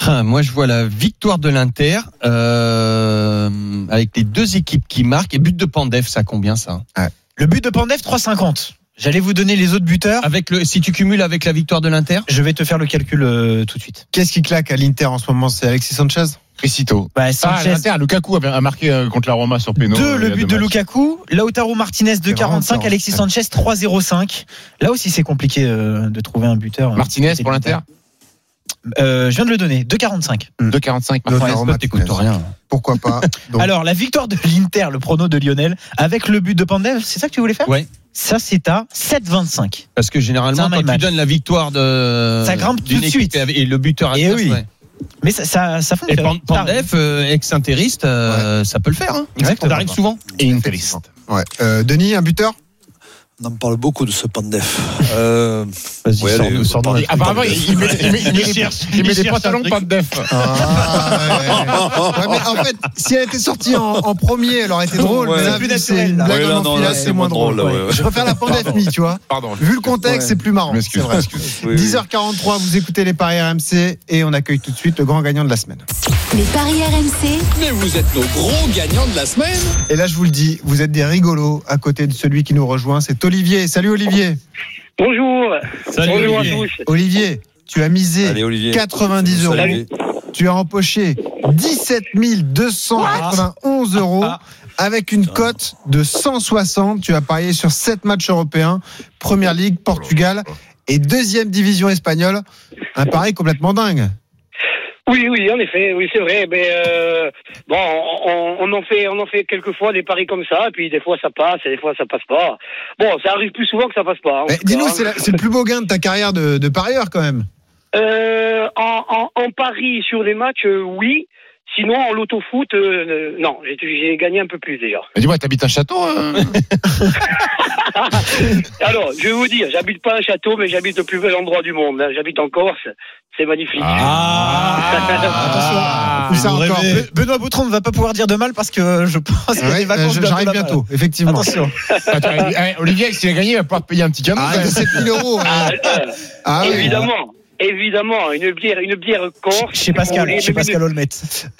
Speaker 10: Ah, Moi, je vois la victoire de l'Inter euh, avec les deux équipes qui marquent et but de Pandef, ça combien ça
Speaker 7: Le but de Pandef, 3,50. J'allais vous donner les autres buteurs.
Speaker 10: Avec le, si tu cumules avec la victoire de l'Inter,
Speaker 7: Je vais te faire le calcul euh, tout de suite.
Speaker 5: qu'est-ce qui claque à l'Inter en ce moment C'est Alexis Sanchez
Speaker 9: Crescito.
Speaker 7: Bah,
Speaker 9: Ah,
Speaker 7: Sanchez,
Speaker 9: l'Inter, Lukaku avait- a marqué euh, contre la Roma sur péno.
Speaker 7: deux, le
Speaker 9: il y a
Speaker 7: but
Speaker 9: deux
Speaker 7: de
Speaker 9: matchs.
Speaker 7: Lukaku. Lautaro Martinez, de
Speaker 5: C'est vraiment
Speaker 7: 45.
Speaker 5: différent.
Speaker 7: Alexis Sanchez, 3,05. Là aussi, c'est compliqué euh, de trouver un buteur.
Speaker 9: Martinez pour l'Inter
Speaker 7: Euh, Je viens de le donner, 2,45.
Speaker 9: 2,45.
Speaker 5: L'autre
Speaker 9: Martinez.
Speaker 5: arôme,
Speaker 10: t'écoutes
Speaker 5: Martinez.
Speaker 10: rien.
Speaker 5: Pourquoi pas Donc,
Speaker 7: Alors, la victoire de l'Inter, le prono de Lionel, avec le but de Pandef, c'est ça que tu voulais faire
Speaker 10: Ouais.
Speaker 7: Ça, c'est à 7,25.
Speaker 10: Parce que
Speaker 7: C'est
Speaker 10: généralement,
Speaker 7: un
Speaker 10: quand tu
Speaker 7: match.
Speaker 10: donnes la victoire de.
Speaker 7: Ça grimpe
Speaker 10: d'une
Speaker 7: tout de
Speaker 10: équipe
Speaker 7: suite.
Speaker 10: Et avec- et le buteur
Speaker 7: Eh
Speaker 10: adverse,
Speaker 7: oui.
Speaker 10: ouais.
Speaker 7: Mais ça, ça, ça
Speaker 10: Et
Speaker 7: fonctionne.
Speaker 10: Pan- Pandef, euh, ex-interiste, euh, ça peut le faire. Hein.
Speaker 5: Exactement.
Speaker 10: Ça arrive souvent.
Speaker 9: Et Interiste.
Speaker 5: ouais. Euh, Denis, un buteur
Speaker 8: On en parle beaucoup de ce Pandef. Euh,
Speaker 10: Vas-y,
Speaker 8: ouais, allez, Pandef,
Speaker 9: Apparemment, il,
Speaker 8: Pandef.
Speaker 9: il met, il met- il met des- il met des pantalons Pandef.
Speaker 5: Ah, ouais. Ouais, mais en fait, si elle était sortie en, en premier, elle aurait été drôle.
Speaker 8: Ouais.
Speaker 5: mais là,
Speaker 8: C'est
Speaker 5: vu
Speaker 7: plus
Speaker 5: que c'est
Speaker 7: naturel,
Speaker 5: une
Speaker 7: là.
Speaker 5: blague
Speaker 8: Ouais,
Speaker 5: en
Speaker 8: non,
Speaker 5: enfilade,
Speaker 8: là,
Speaker 5: c'est moins drôle.
Speaker 8: là, ouais, ouais.
Speaker 5: Je préfère la pandémie, tu vois.
Speaker 9: Pardon.
Speaker 5: Vu le contexte, c'est plus marrant.
Speaker 9: Je m'excuse,
Speaker 5: C'est vrai.
Speaker 8: Oui, oui.
Speaker 5: 10h43, vous écoutez les paris RMC et on accueille tout de suite le grand gagnant de la semaine.
Speaker 3: Les paris RMC,
Speaker 4: Mais vous êtes nos gros gagnants de la semaine.
Speaker 5: Et là, je vous le dis, vous êtes des rigolos à côté de celui qui nous rejoint, c'est Olivier. Salut Olivier.
Speaker 11: Bonjour.
Speaker 10: Salut,
Speaker 11: Bonjour
Speaker 10: Olivier.
Speaker 11: à tous.
Speaker 5: Olivier, tu as misé
Speaker 8: Allez, Olivier.
Speaker 5: 90 euros.
Speaker 8: Salut.
Speaker 5: Tu as empoché 17 291 euros avec une cote de 160. Tu as parié sur 7 matchs européens, Première Ligue, Portugal et deuxième division espagnole. Un pari complètement dingue.
Speaker 11: Oui, oui, en effet, oui, c'est vrai. Mais euh, bon, on, on en fait, on en fait quelquefois des paris comme ça, puis des fois ça passe, et des fois ça passe pas. Bon, ça arrive plus souvent que ça passe pas. en
Speaker 5: Mais
Speaker 11: tout cas,
Speaker 5: Dis-nous,
Speaker 11: hein.
Speaker 5: c'est la- c'est le plus beau gain de ta carrière de, de parieur quand même.
Speaker 11: Euh, en, en, en paris sur les matchs, euh, oui. Sinon, en loto-foot, euh, euh, non, j'ai- j'ai gagné un peu plus déjà.
Speaker 9: Mais dis-moi, t'habites un château euh
Speaker 11: <laughs> Alors, je vais vous dire, j'habite pas un château, mais j'habite le plus bel endroit du monde. hein. J'habite en Corse, c'est magnifique.
Speaker 9: Ah.
Speaker 5: Où ça
Speaker 7: Ah, Vous
Speaker 5: Ah, encore
Speaker 7: rêvez. Benoît Boutron ne va pas pouvoir dire de mal parce que euh, je pense que
Speaker 5: Ouais,
Speaker 7: les
Speaker 5: euh,
Speaker 7: vacances
Speaker 5: je-
Speaker 7: doivent
Speaker 5: J'arrive
Speaker 7: là-bas.
Speaker 5: bientôt, effectivement.
Speaker 7: Attention.
Speaker 9: Attends, eh, Olivier, s'il a gagné, il va pouvoir te payer un petit canon.
Speaker 5: Ah,
Speaker 9: quand même.
Speaker 5: 17 000 euros.
Speaker 7: <laughs>
Speaker 5: hein.
Speaker 11: Euh,
Speaker 5: Ah, oui.
Speaker 11: évidemment, évidemment, une bière, une bière corse.
Speaker 7: Chez
Speaker 11: si vous
Speaker 7: Pascal,
Speaker 11: voulez,
Speaker 7: chez
Speaker 11: mais-
Speaker 7: Pascal Olmet.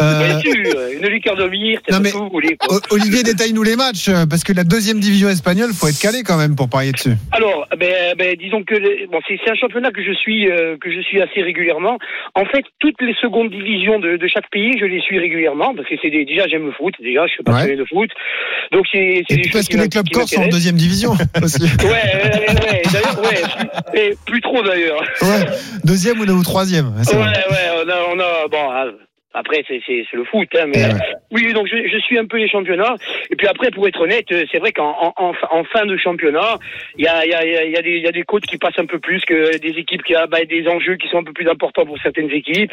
Speaker 5: Euh,
Speaker 11: Bien sûr, une liqueur de bière,
Speaker 5: Non,
Speaker 11: c'est
Speaker 5: mais-
Speaker 11: ce que vous voulez. quoi.
Speaker 5: O-
Speaker 11: <laughs>
Speaker 5: Olivier, détaille-nous les matchs, euh, parce que la deuxième division espagnole, faut être calé quand même pour parier dessus.
Speaker 11: Alors, ben, ben, disons que le- bon, c'est c'est un championnat que je suis euh, que je suis assez régulièrement. En fait, toutes les secondes divisions de, de chaque pays, je les suis régulièrement parce que c'est des- déjà j'aime le foot, déjà je suis passionné de foot. Donc c'est c'est
Speaker 5: Et
Speaker 11: des
Speaker 5: puis
Speaker 11: choses
Speaker 5: parce
Speaker 11: qui
Speaker 5: que les
Speaker 11: m'in-
Speaker 5: clubs
Speaker 11: qui
Speaker 5: corses sont en
Speaker 11: m'intéressent. <laughs>
Speaker 5: deuxième division aussi.
Speaker 11: Ouais, ouais, ouais, ouais. d'ailleurs, ouais, plus, et plus trop d'ailleurs.
Speaker 5: Ouais, deuxième ou, ou troisième. ouais, c'est
Speaker 11: Ouais,
Speaker 5: vrai.
Speaker 11: ouais, on a, on a bon. ah, Après, c'est c'est- c'est le foot, hein, mais
Speaker 5: Ouais, ouais.
Speaker 11: oui, donc je, je suis un peu les championnats. Et puis après, pour être honnête, euh, c'est vrai qu'en en, en, en fin de championnat, il y a, il y, a, il y, a, il y a des- il y a des codes qui passent un peu plus que des équipes qui a bah, des enjeux qui sont un peu plus importants pour certaines équipes.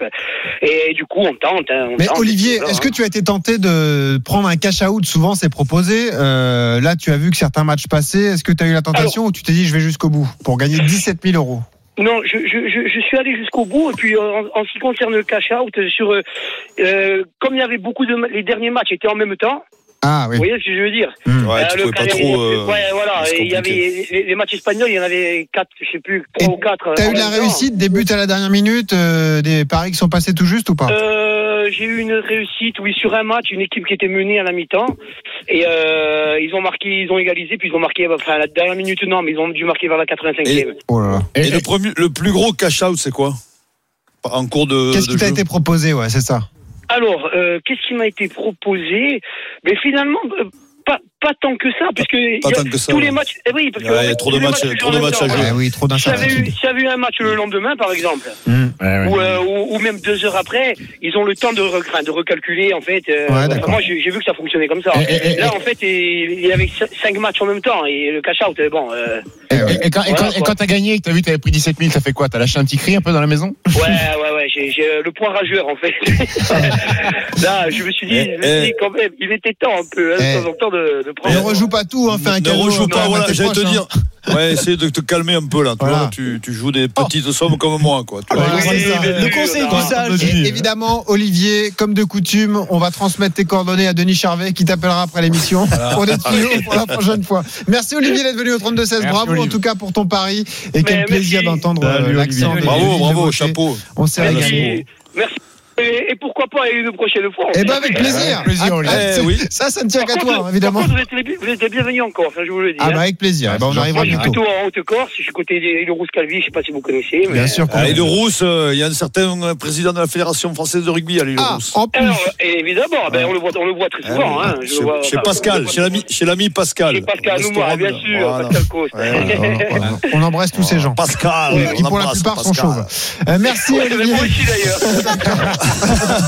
Speaker 11: Et du coup, on tente. Hein, on
Speaker 5: Mais
Speaker 11: tente,
Speaker 5: Olivier,
Speaker 11: voilà,
Speaker 5: est-ce
Speaker 11: hein.
Speaker 5: que tu as été tenté de prendre un cash out Souvent, c'est proposé. Euh, là, tu as vu que certains matchs passaient. Est-ce que tu as eu la tentation ou tu t'es dit je vais jusqu'au bout pour gagner 17 000 euros
Speaker 11: Non, je, je, je, je suis allé jusqu'au bout. Et puis, euh, en, en ce qui concerne le cash out, sur euh, euh, comme il y avait beaucoup de ma- les derniers matchs étaient en même temps.
Speaker 5: Ah oui.
Speaker 12: Vous voyez ce que je veux dire
Speaker 8: Mmh. Ouais,
Speaker 12: Euh,
Speaker 8: tu
Speaker 12: le
Speaker 8: pouvais pas
Speaker 12: calendrier-
Speaker 8: trop. euh,
Speaker 12: ouais, voilà.
Speaker 8: c'est
Speaker 12: Il y avait
Speaker 8: compliqué.
Speaker 12: les, les matchs espagnols, il y en avait quatre, je sais plus,
Speaker 5: Et
Speaker 12: trois ou quatre.
Speaker 5: T'as
Speaker 12: en
Speaker 5: eu de la
Speaker 12: même temps.
Speaker 5: réussite, des buts à la dernière minute, euh, des paris qui sont passés tout juste ou pas
Speaker 12: Euh, J'ai eu une réussite, oui, sur un match, une équipe qui était menée à la mi-temps. Et euh, ils ont marqué, ils ont égalisé, puis ils ont marqué, enfin, à la dernière minute, non, mais ils ont dû marquer vers la 85e.
Speaker 5: Oh là là.
Speaker 8: Et, le, premier, le plus gros cash-out, c'est quoi En cours de.
Speaker 5: Qu'est-ce
Speaker 8: de
Speaker 5: qui t'a
Speaker 8: jeu
Speaker 5: été proposé, ouais, c'est ça.
Speaker 12: Alors, euh, qu'est-ce qui m'a été proposé Mais finalement, euh, pas, pas tant que ça, puisque il y a
Speaker 8: tant que ça,
Speaker 12: tous
Speaker 8: ouais.
Speaker 12: les matchs. eh oui, parce que
Speaker 8: Ouais, il y
Speaker 12: en
Speaker 8: a
Speaker 12: fait,
Speaker 8: trop
Speaker 12: tous
Speaker 8: de
Speaker 12: les
Speaker 8: matchs-
Speaker 12: se
Speaker 8: trop
Speaker 12: jouent en
Speaker 8: de
Speaker 12: même
Speaker 8: matchs à
Speaker 12: temps.
Speaker 8: jouer.
Speaker 5: Ouais, Ah oui, trop
Speaker 12: Si j'avais eu,
Speaker 5: d'incertitudes. Eh,
Speaker 12: si j'avais eu un match le lendemain, par exemple,
Speaker 9: Ouais, ouais.
Speaker 12: ou, euh, ou, ou même deux heures après, ils ont le temps de, re- enfin, de recalculer en fait. euh,
Speaker 5: Ouais,
Speaker 12: enfin,
Speaker 5: d'accord.
Speaker 12: moi, j'ai j'ai vu que ça fonctionnait comme ça.
Speaker 9: Eh, eh, eh,
Speaker 12: Là, en fait, il il y avait cin- cinq matchs en même temps et le cash out, euh, bon. euh,
Speaker 9: Et, et- et quand, et
Speaker 12: Voilà,
Speaker 9: quand-
Speaker 12: quoi.
Speaker 9: et quand t'as gagné et que t'as vu que t'avais pris 17 000, t'as fait quoi T'as lâché un petit cri un peu dans la maison
Speaker 12: ouais, ouais, ouais. J'ai j'ai, euh, le point rageur en fait. <laughs> Là, je me suis dit, je me suis
Speaker 8: Eh,
Speaker 12: dit, quand même, il était temps un peu hein,
Speaker 5: Eh.
Speaker 12: de temps en temps de, de
Speaker 5: Ne
Speaker 12: prendre.
Speaker 5: rejoue pas tout, hein, fais un
Speaker 8: ne
Speaker 5: cadeau.
Speaker 8: rejoue
Speaker 5: quand
Speaker 8: pas,
Speaker 5: même à
Speaker 8: voilà,
Speaker 5: tes
Speaker 8: j'allais te
Speaker 5: proches, <laughs>
Speaker 8: dire. Ouais, essaye de te calmer un peu là. Tu,
Speaker 5: Voilà. Oh.
Speaker 8: vois, tu, tu joues des petites sommes comme moi, quoi. Tu vois.
Speaker 5: Ouais, Ah, c'est ça.
Speaker 12: mais-
Speaker 7: Le conseil
Speaker 12: Leonard.
Speaker 7: du sage.
Speaker 5: Et évidemment, Olivier, comme de coutume, on va transmettre tes coordonnées à Denis Charvet qui t'appellera après l'émission pour des tuyaux pour la prochaine fois. Merci Olivier d'être venu au 32-16.
Speaker 9: Merci,
Speaker 5: Bravo en
Speaker 9: Olivier.
Speaker 5: tout cas pour ton pari et quel
Speaker 12: merci.
Speaker 5: plaisir d'entendre euh,
Speaker 7: Salut,
Speaker 5: l'accent.
Speaker 7: Olivier.
Speaker 5: de
Speaker 8: Bravo,
Speaker 5: Denis
Speaker 8: bravo,
Speaker 5: Charvet.
Speaker 8: chapeau.
Speaker 5: On s'est
Speaker 8: Merci.
Speaker 5: régalé.
Speaker 12: Merci. Merci. Et, et pourquoi pas une prochaine fois
Speaker 5: Eh ben avec plaisir.
Speaker 9: Avec plaisir,
Speaker 5: Ah,
Speaker 9: Olivier.
Speaker 5: c'est-
Speaker 8: Eh oui.
Speaker 5: Ça, ça ne tient qu'à
Speaker 12: Par
Speaker 5: toi, hein,
Speaker 12: contre,
Speaker 5: évidemment.
Speaker 12: par contre, vous, êtes les, vous êtes les bienvenus encore, ça je vous le dis.
Speaker 5: Ah bah
Speaker 12: hein.
Speaker 5: avec plaisir. Eh ben, on
Speaker 9: Moi,
Speaker 5: arrivera
Speaker 12: Moi, je suis
Speaker 5: plus tôt.
Speaker 12: plutôt en Haute-Corse, je suis côté des Rousse Calvi, je sais pas si vous connaissez. Mais...
Speaker 5: Bien sûr. qu'on-
Speaker 8: Ah, et de Rousse, euh, il y a un certain euh, président de la Fédération française de rugby à l'île de
Speaker 5: Ah,
Speaker 8: Rousse. Ah,
Speaker 5: en plus.
Speaker 12: Alors, et évidemment, ben, on, le voit, on le voit
Speaker 7: Eh
Speaker 12: très souvent. hein, je le
Speaker 8: chez,
Speaker 12: vois-
Speaker 8: chez
Speaker 12: enfin, on le
Speaker 8: Pascal,
Speaker 12: voit-
Speaker 8: chez l'ami, chez l'ami Pascal.
Speaker 12: Chez Pascal
Speaker 8: Au
Speaker 12: Noumois,
Speaker 8: restaurant
Speaker 12: bien
Speaker 8: de-
Speaker 12: sûr,
Speaker 8: Voilà.
Speaker 12: Pascal Coste.
Speaker 8: Ouais,
Speaker 5: Voilà, On embrasse tous
Speaker 8: Oh.
Speaker 5: ces gens.
Speaker 8: Pascal,
Speaker 5: Qui
Speaker 8: on
Speaker 5: pour la
Speaker 8: l'embrasse,
Speaker 5: plupart sont
Speaker 8: Pascal.
Speaker 5: chauves. Euh, merci
Speaker 12: Ouais, mais
Speaker 5: Olivier.
Speaker 12: moi aussi d'ailleurs.
Speaker 5: <laughs>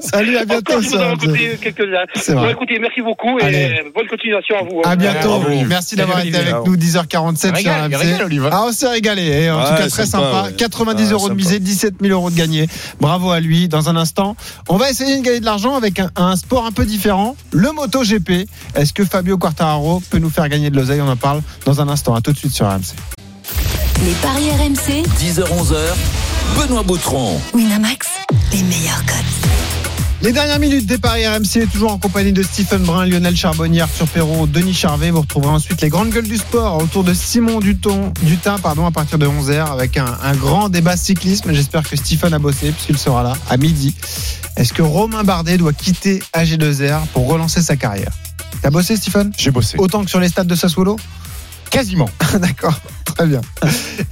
Speaker 5: Salut, à bientôt.
Speaker 12: Encore, je vous en
Speaker 5: Serge.
Speaker 12: raconter quelques-uns.
Speaker 5: C'est vrai.
Speaker 12: Bon, écoutez, merci beaucoup et
Speaker 5: Allez.
Speaker 12: euh, bonne continuation à vous. hein.
Speaker 5: À bientôt.
Speaker 8: Bravo.
Speaker 5: Merci d'avoir
Speaker 9: Salut,
Speaker 5: été avec
Speaker 9: Olivier.
Speaker 5: nous. 10h47 sur
Speaker 9: Régale,
Speaker 5: RMC.
Speaker 9: régale, Olivier.
Speaker 5: Ah, on s'est régalé. eh, En tout
Speaker 8: Ouais,
Speaker 5: cas, très
Speaker 8: sympa,
Speaker 5: sympa.
Speaker 8: ouais.
Speaker 5: 90
Speaker 8: Ouais,
Speaker 5: euros de
Speaker 8: sympa.
Speaker 5: misée, 17 000 euros de gagnés. Bravo à lui. Dans un instant, on va essayer de gagner de l'argent avec un, un sport un peu différent, le MotoGP. Est-ce que Fabio Quartararo peut nous faire gagner de l'oseille On en parle dans un instant. À tout de suite sur RMC.
Speaker 3: Les paris RMC,
Speaker 2: 10h-11h, Benoît Boutron.
Speaker 3: Winamax, les meilleurs cotes.
Speaker 5: Les dernières minutes des Paris RMC, toujours en compagnie de Stephen Brun, Lionel Charbonnier, Arthur Perrault, Denis Charvet. Vous retrouverez ensuite les grandes gueules du sport autour de Simon Duton, Dutin pardon, à partir de 11h avec un, un grand débat cyclisme. J'espère que Stephen a bossé puisqu'il sera là à midi. Est-ce que Romain Bardet doit quitter AG2R pour relancer sa carrière T'as bossé Stephen
Speaker 9: J'ai bossé.
Speaker 5: Autant que sur les stades de Sassuolo
Speaker 9: Quasiment.
Speaker 5: <laughs> D'accord, très bien.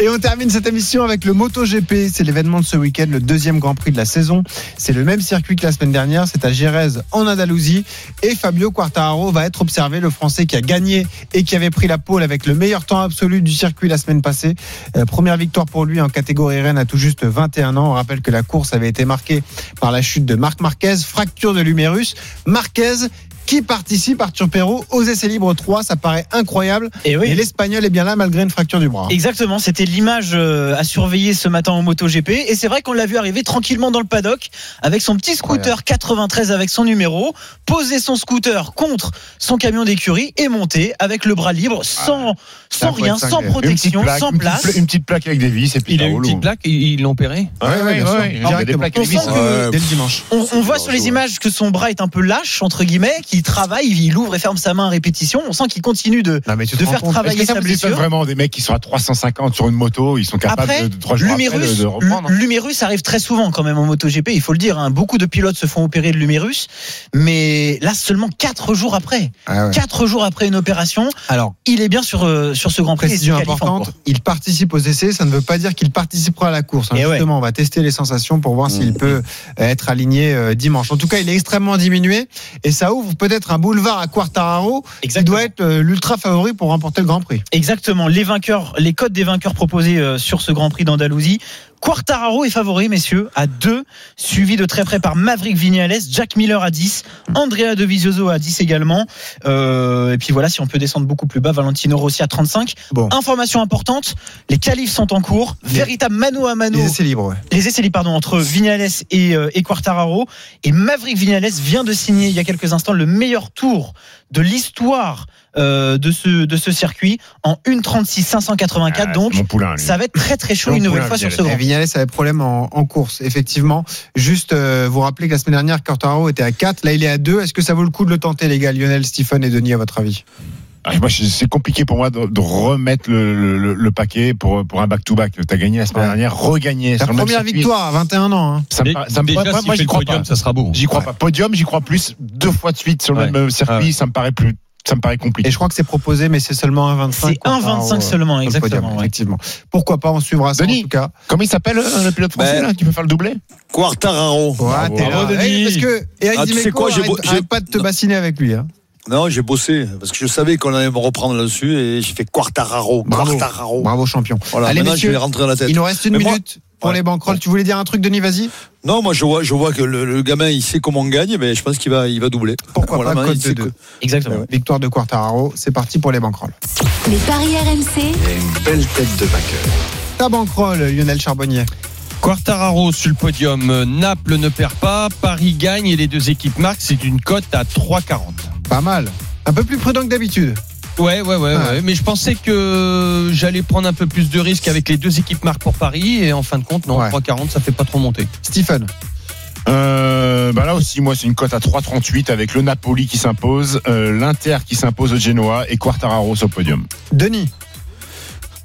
Speaker 5: Et on termine cette émission avec le MotoGP. C'est l'événement de ce week-end, le deuxième Grand Prix de la saison. C'est le même circuit que la semaine dernière. C'est à Jerez, en Andalousie. Et Fabio Quartararo va être observé, le Français qui a gagné et qui avait pris la pole avec le meilleur temps absolu du circuit la semaine passée. Euh, première victoire pour lui en catégorie Rennes à tout juste 21 ans. On rappelle que la course avait été marquée par la chute de Marc Marquez, fracture de l'humérus. Marquez qui participe, Arthur Perrault, aux essais libres 3. Ça paraît incroyable.
Speaker 7: Et
Speaker 5: Et
Speaker 7: oui.
Speaker 5: l'Espagnol est bien là malgré une fracture du bras.
Speaker 7: Exactement, c'était l'image euh, à surveiller ce matin en MotoGP et c'est vrai qu'on l'a vu arriver tranquillement dans le paddock avec son petit scooter 93 avec son numéro, poser son scooter contre son camion d'écurie et monter avec le bras libre
Speaker 9: Ah,
Speaker 7: sans
Speaker 5: ça
Speaker 7: sans
Speaker 5: peut
Speaker 7: rien,
Speaker 5: être
Speaker 7: sans
Speaker 5: cinglé.
Speaker 7: protection, sans
Speaker 9: une petite
Speaker 7: place.
Speaker 9: pla- une petite plaque avec des vis et puis
Speaker 10: Il a
Speaker 9: ça
Speaker 10: eu une
Speaker 9: roule.
Speaker 10: petite plaque, ils ils l'ont opéré.
Speaker 9: Ouais, ouais, ouais,
Speaker 5: sûr.
Speaker 9: ouais. Il y a
Speaker 5: Directement.
Speaker 9: des plaques avec des
Speaker 7: On
Speaker 9: vis.
Speaker 7: sent que-
Speaker 5: Dès le dimanche.
Speaker 7: On, on voit
Speaker 8: C'est
Speaker 7: sur les
Speaker 8: chaud,
Speaker 7: images que son bras est un peu lâche entre guillemets, qu'il travaille, il ouvre et ferme sa main à répétition. On sent qu'il continue de
Speaker 5: Non mais tu
Speaker 7: de faire
Speaker 9: Est-ce que
Speaker 7: travailler
Speaker 9: ça
Speaker 7: sa
Speaker 9: vous étonne
Speaker 7: blessure.
Speaker 9: vraiment des mecs qui sont à 350 sur une moto, ils sont capables
Speaker 7: Après,
Speaker 9: de, de- trois jours après de,
Speaker 7: l'humérus,
Speaker 9: de reprendre hein.
Speaker 7: l- l'humérus arrive très souvent quand même en MotoGP, il faut le dire. hein. Beaucoup de pilotes se font opérer de l'humérus, mais là seulement quatre jours après,
Speaker 9: Ah
Speaker 7: quatre jours après une opération,
Speaker 5: Alors,
Speaker 7: il est bien sur euh, sur ce Grand Prix. et
Speaker 5: précision
Speaker 7: se qualifie en
Speaker 5: importante,
Speaker 7: cours.
Speaker 5: il participe aux essais, ça ne veut pas dire qu'il participera à la course. hein.
Speaker 7: Et Eh ouais.
Speaker 5: Justement, on va tester les sensations pour voir s'il peut euh, être aligné euh, dimanche. En tout cas, il est extrêmement diminué et ça ouvre peut-être un boulevard à Quartararo qui
Speaker 7: Exactement.
Speaker 5: doit être euh, l'ultra favori pour remporter le Grand Prix.
Speaker 7: Exactement. Les vainqueurs, les codes des vainqueurs proposés euh, sur ce Grand Prix d'Andalousie. Quartararo est favori, messieurs, à 2, suivi de très près par Maverick Vignales, Jack Miller à 10, Andrea Dovizioso à 10 également. Euh, et puis voilà, si on peut descendre beaucoup plus bas, Valentino Rossi à 35.
Speaker 5: Bon.
Speaker 7: Information importante, les qualifs sont en cours. Véritable mano à mano,
Speaker 5: Les essais libres. ouais.
Speaker 7: les essais libres, pardon, entre Vignales et, euh, et Quartararo. Et Maverick Vignales vient de signer il y a quelques instants le meilleur tour de l'histoire euh, de ce de ce circuit en 1'36 584.
Speaker 5: Ah,
Speaker 7: donc
Speaker 5: c'est mon poulain, lui.
Speaker 7: ça va être très très chaud
Speaker 5: Donc,
Speaker 7: une nouvelle
Speaker 5: voilà,
Speaker 7: fois sur
Speaker 10: euh,
Speaker 5: Vignales.
Speaker 7: ce Grand
Speaker 5: Et Vignales Eh, avait problème en, en course, effectivement. Juste euh, vous rappeler que la semaine dernière, Quartaro était à 4, là il est à 2. Est-ce que ça vaut le coup de le tenter, les gars, Lionel, Stephen et Denis, à votre avis
Speaker 9: Ah, moi, je- c'est compliqué pour moi de, de remettre le, le- le- le paquet pour, pour un back-to-back. T'as gagné la semaine dernière, regagné.
Speaker 5: Ta
Speaker 9: sur le même
Speaker 5: première
Speaker 9: circuit.
Speaker 5: victoire à 21 ans. hein.
Speaker 9: Ça me paraît- ça me paraît- moi, j'y crois pas. J'y crois pas. Podium, j'y crois plus deux fois de suite sur le
Speaker 5: Ouais.
Speaker 9: même circuit.
Speaker 5: Ah ouais.
Speaker 9: Ça me paraît plus, ça me paraît compliqué.
Speaker 5: Et je crois que c'est proposé, mais c'est seulement 1,25.
Speaker 9: C'est 1,25 seulement,
Speaker 5: euh,
Speaker 9: exactement, ouais.
Speaker 5: Effectivement. Pourquoi pas, on suivra ça en tout cas.
Speaker 9: Comment il s'appelle euh, le pilote français
Speaker 5: Ben,
Speaker 9: là, qui peut faire le doublé
Speaker 8: Quartararo.
Speaker 5: Ah, t'es là. Eh, parce que Eric
Speaker 8: Ah, tu sais
Speaker 5: Dimeco,
Speaker 8: quoi, j'ai
Speaker 5: arrête-
Speaker 8: beau- j'ai-
Speaker 5: arrête pas de te bassiner avec lui. hein.
Speaker 8: Non, j'ai bossé parce que je savais qu'on allait me reprendre là-dessus et j'ai fait Quartararo.
Speaker 5: Bravo.
Speaker 8: Quartararo.
Speaker 5: Bravo champion.
Speaker 8: Voilà,
Speaker 5: Allez,
Speaker 8: maintenant, je
Speaker 5: messieurs,
Speaker 8: vais rentrer dans la tête.
Speaker 5: il nous reste une
Speaker 8: Mais moi-
Speaker 5: minute pour les banquerolles. Tu voulais dire un truc, Denis, vas-y
Speaker 8: Non, moi je vois, je vois que le, le gamin il sait comment on gagne, mais je pense qu'il va, il va doubler.
Speaker 5: Pourquoi
Speaker 8: Voilà,
Speaker 5: pas
Speaker 8: maintenant,
Speaker 5: cote
Speaker 8: il
Speaker 5: de
Speaker 8: sait
Speaker 5: deux.
Speaker 8: que-
Speaker 7: Exactement.
Speaker 5: Victoire de Quartararo. C'est parti pour les banquerolles.
Speaker 3: Les paris RMC,
Speaker 2: Une belle tête de vainqueur.
Speaker 5: Ta banquerolle, Lionel Charbonnier.
Speaker 10: Quartararo sur le podium, euh, Naples ne perd pas, Paris gagne et les deux équipes marquent, c'est une cote à 3,40.
Speaker 5: Pas mal. Un peu plus prudent que d'habitude.
Speaker 10: Ouais, ouais, ouais, ouais. mais je pensais que j'allais prendre un peu plus de risques avec les deux équipes marques pour Paris et en fin de compte, non, 3,40 ça fait pas trop monter.
Speaker 5: Stephen.
Speaker 9: Euh, bah là aussi, moi, c'est une cote à 3,38 avec le Napoli qui s'impose, euh, l'Inter qui s'impose au Genoa et Quartararo sur le podium.
Speaker 5: Denis.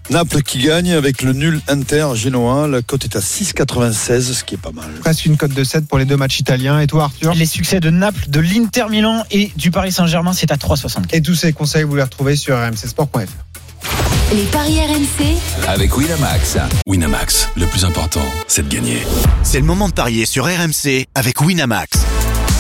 Speaker 8: Naples qui gagne avec le nul Inter Génois. La cote est à 6,96, ce qui est pas mal.
Speaker 5: Presque une cote de 7 pour les deux matchs italiens. Et toi, Arthur
Speaker 7: Les succès de Naples, de l'Inter Milan et du Paris Saint-Germain, c'est à 3,60.
Speaker 5: Et tous ces conseils, vous les retrouvez sur rmcsport.fr.
Speaker 3: les paris RMC,
Speaker 1: Avec Winamax. Winamax, le plus important, c'est de gagner.
Speaker 2: C'est le moment de parier sur RMC avec Winamax.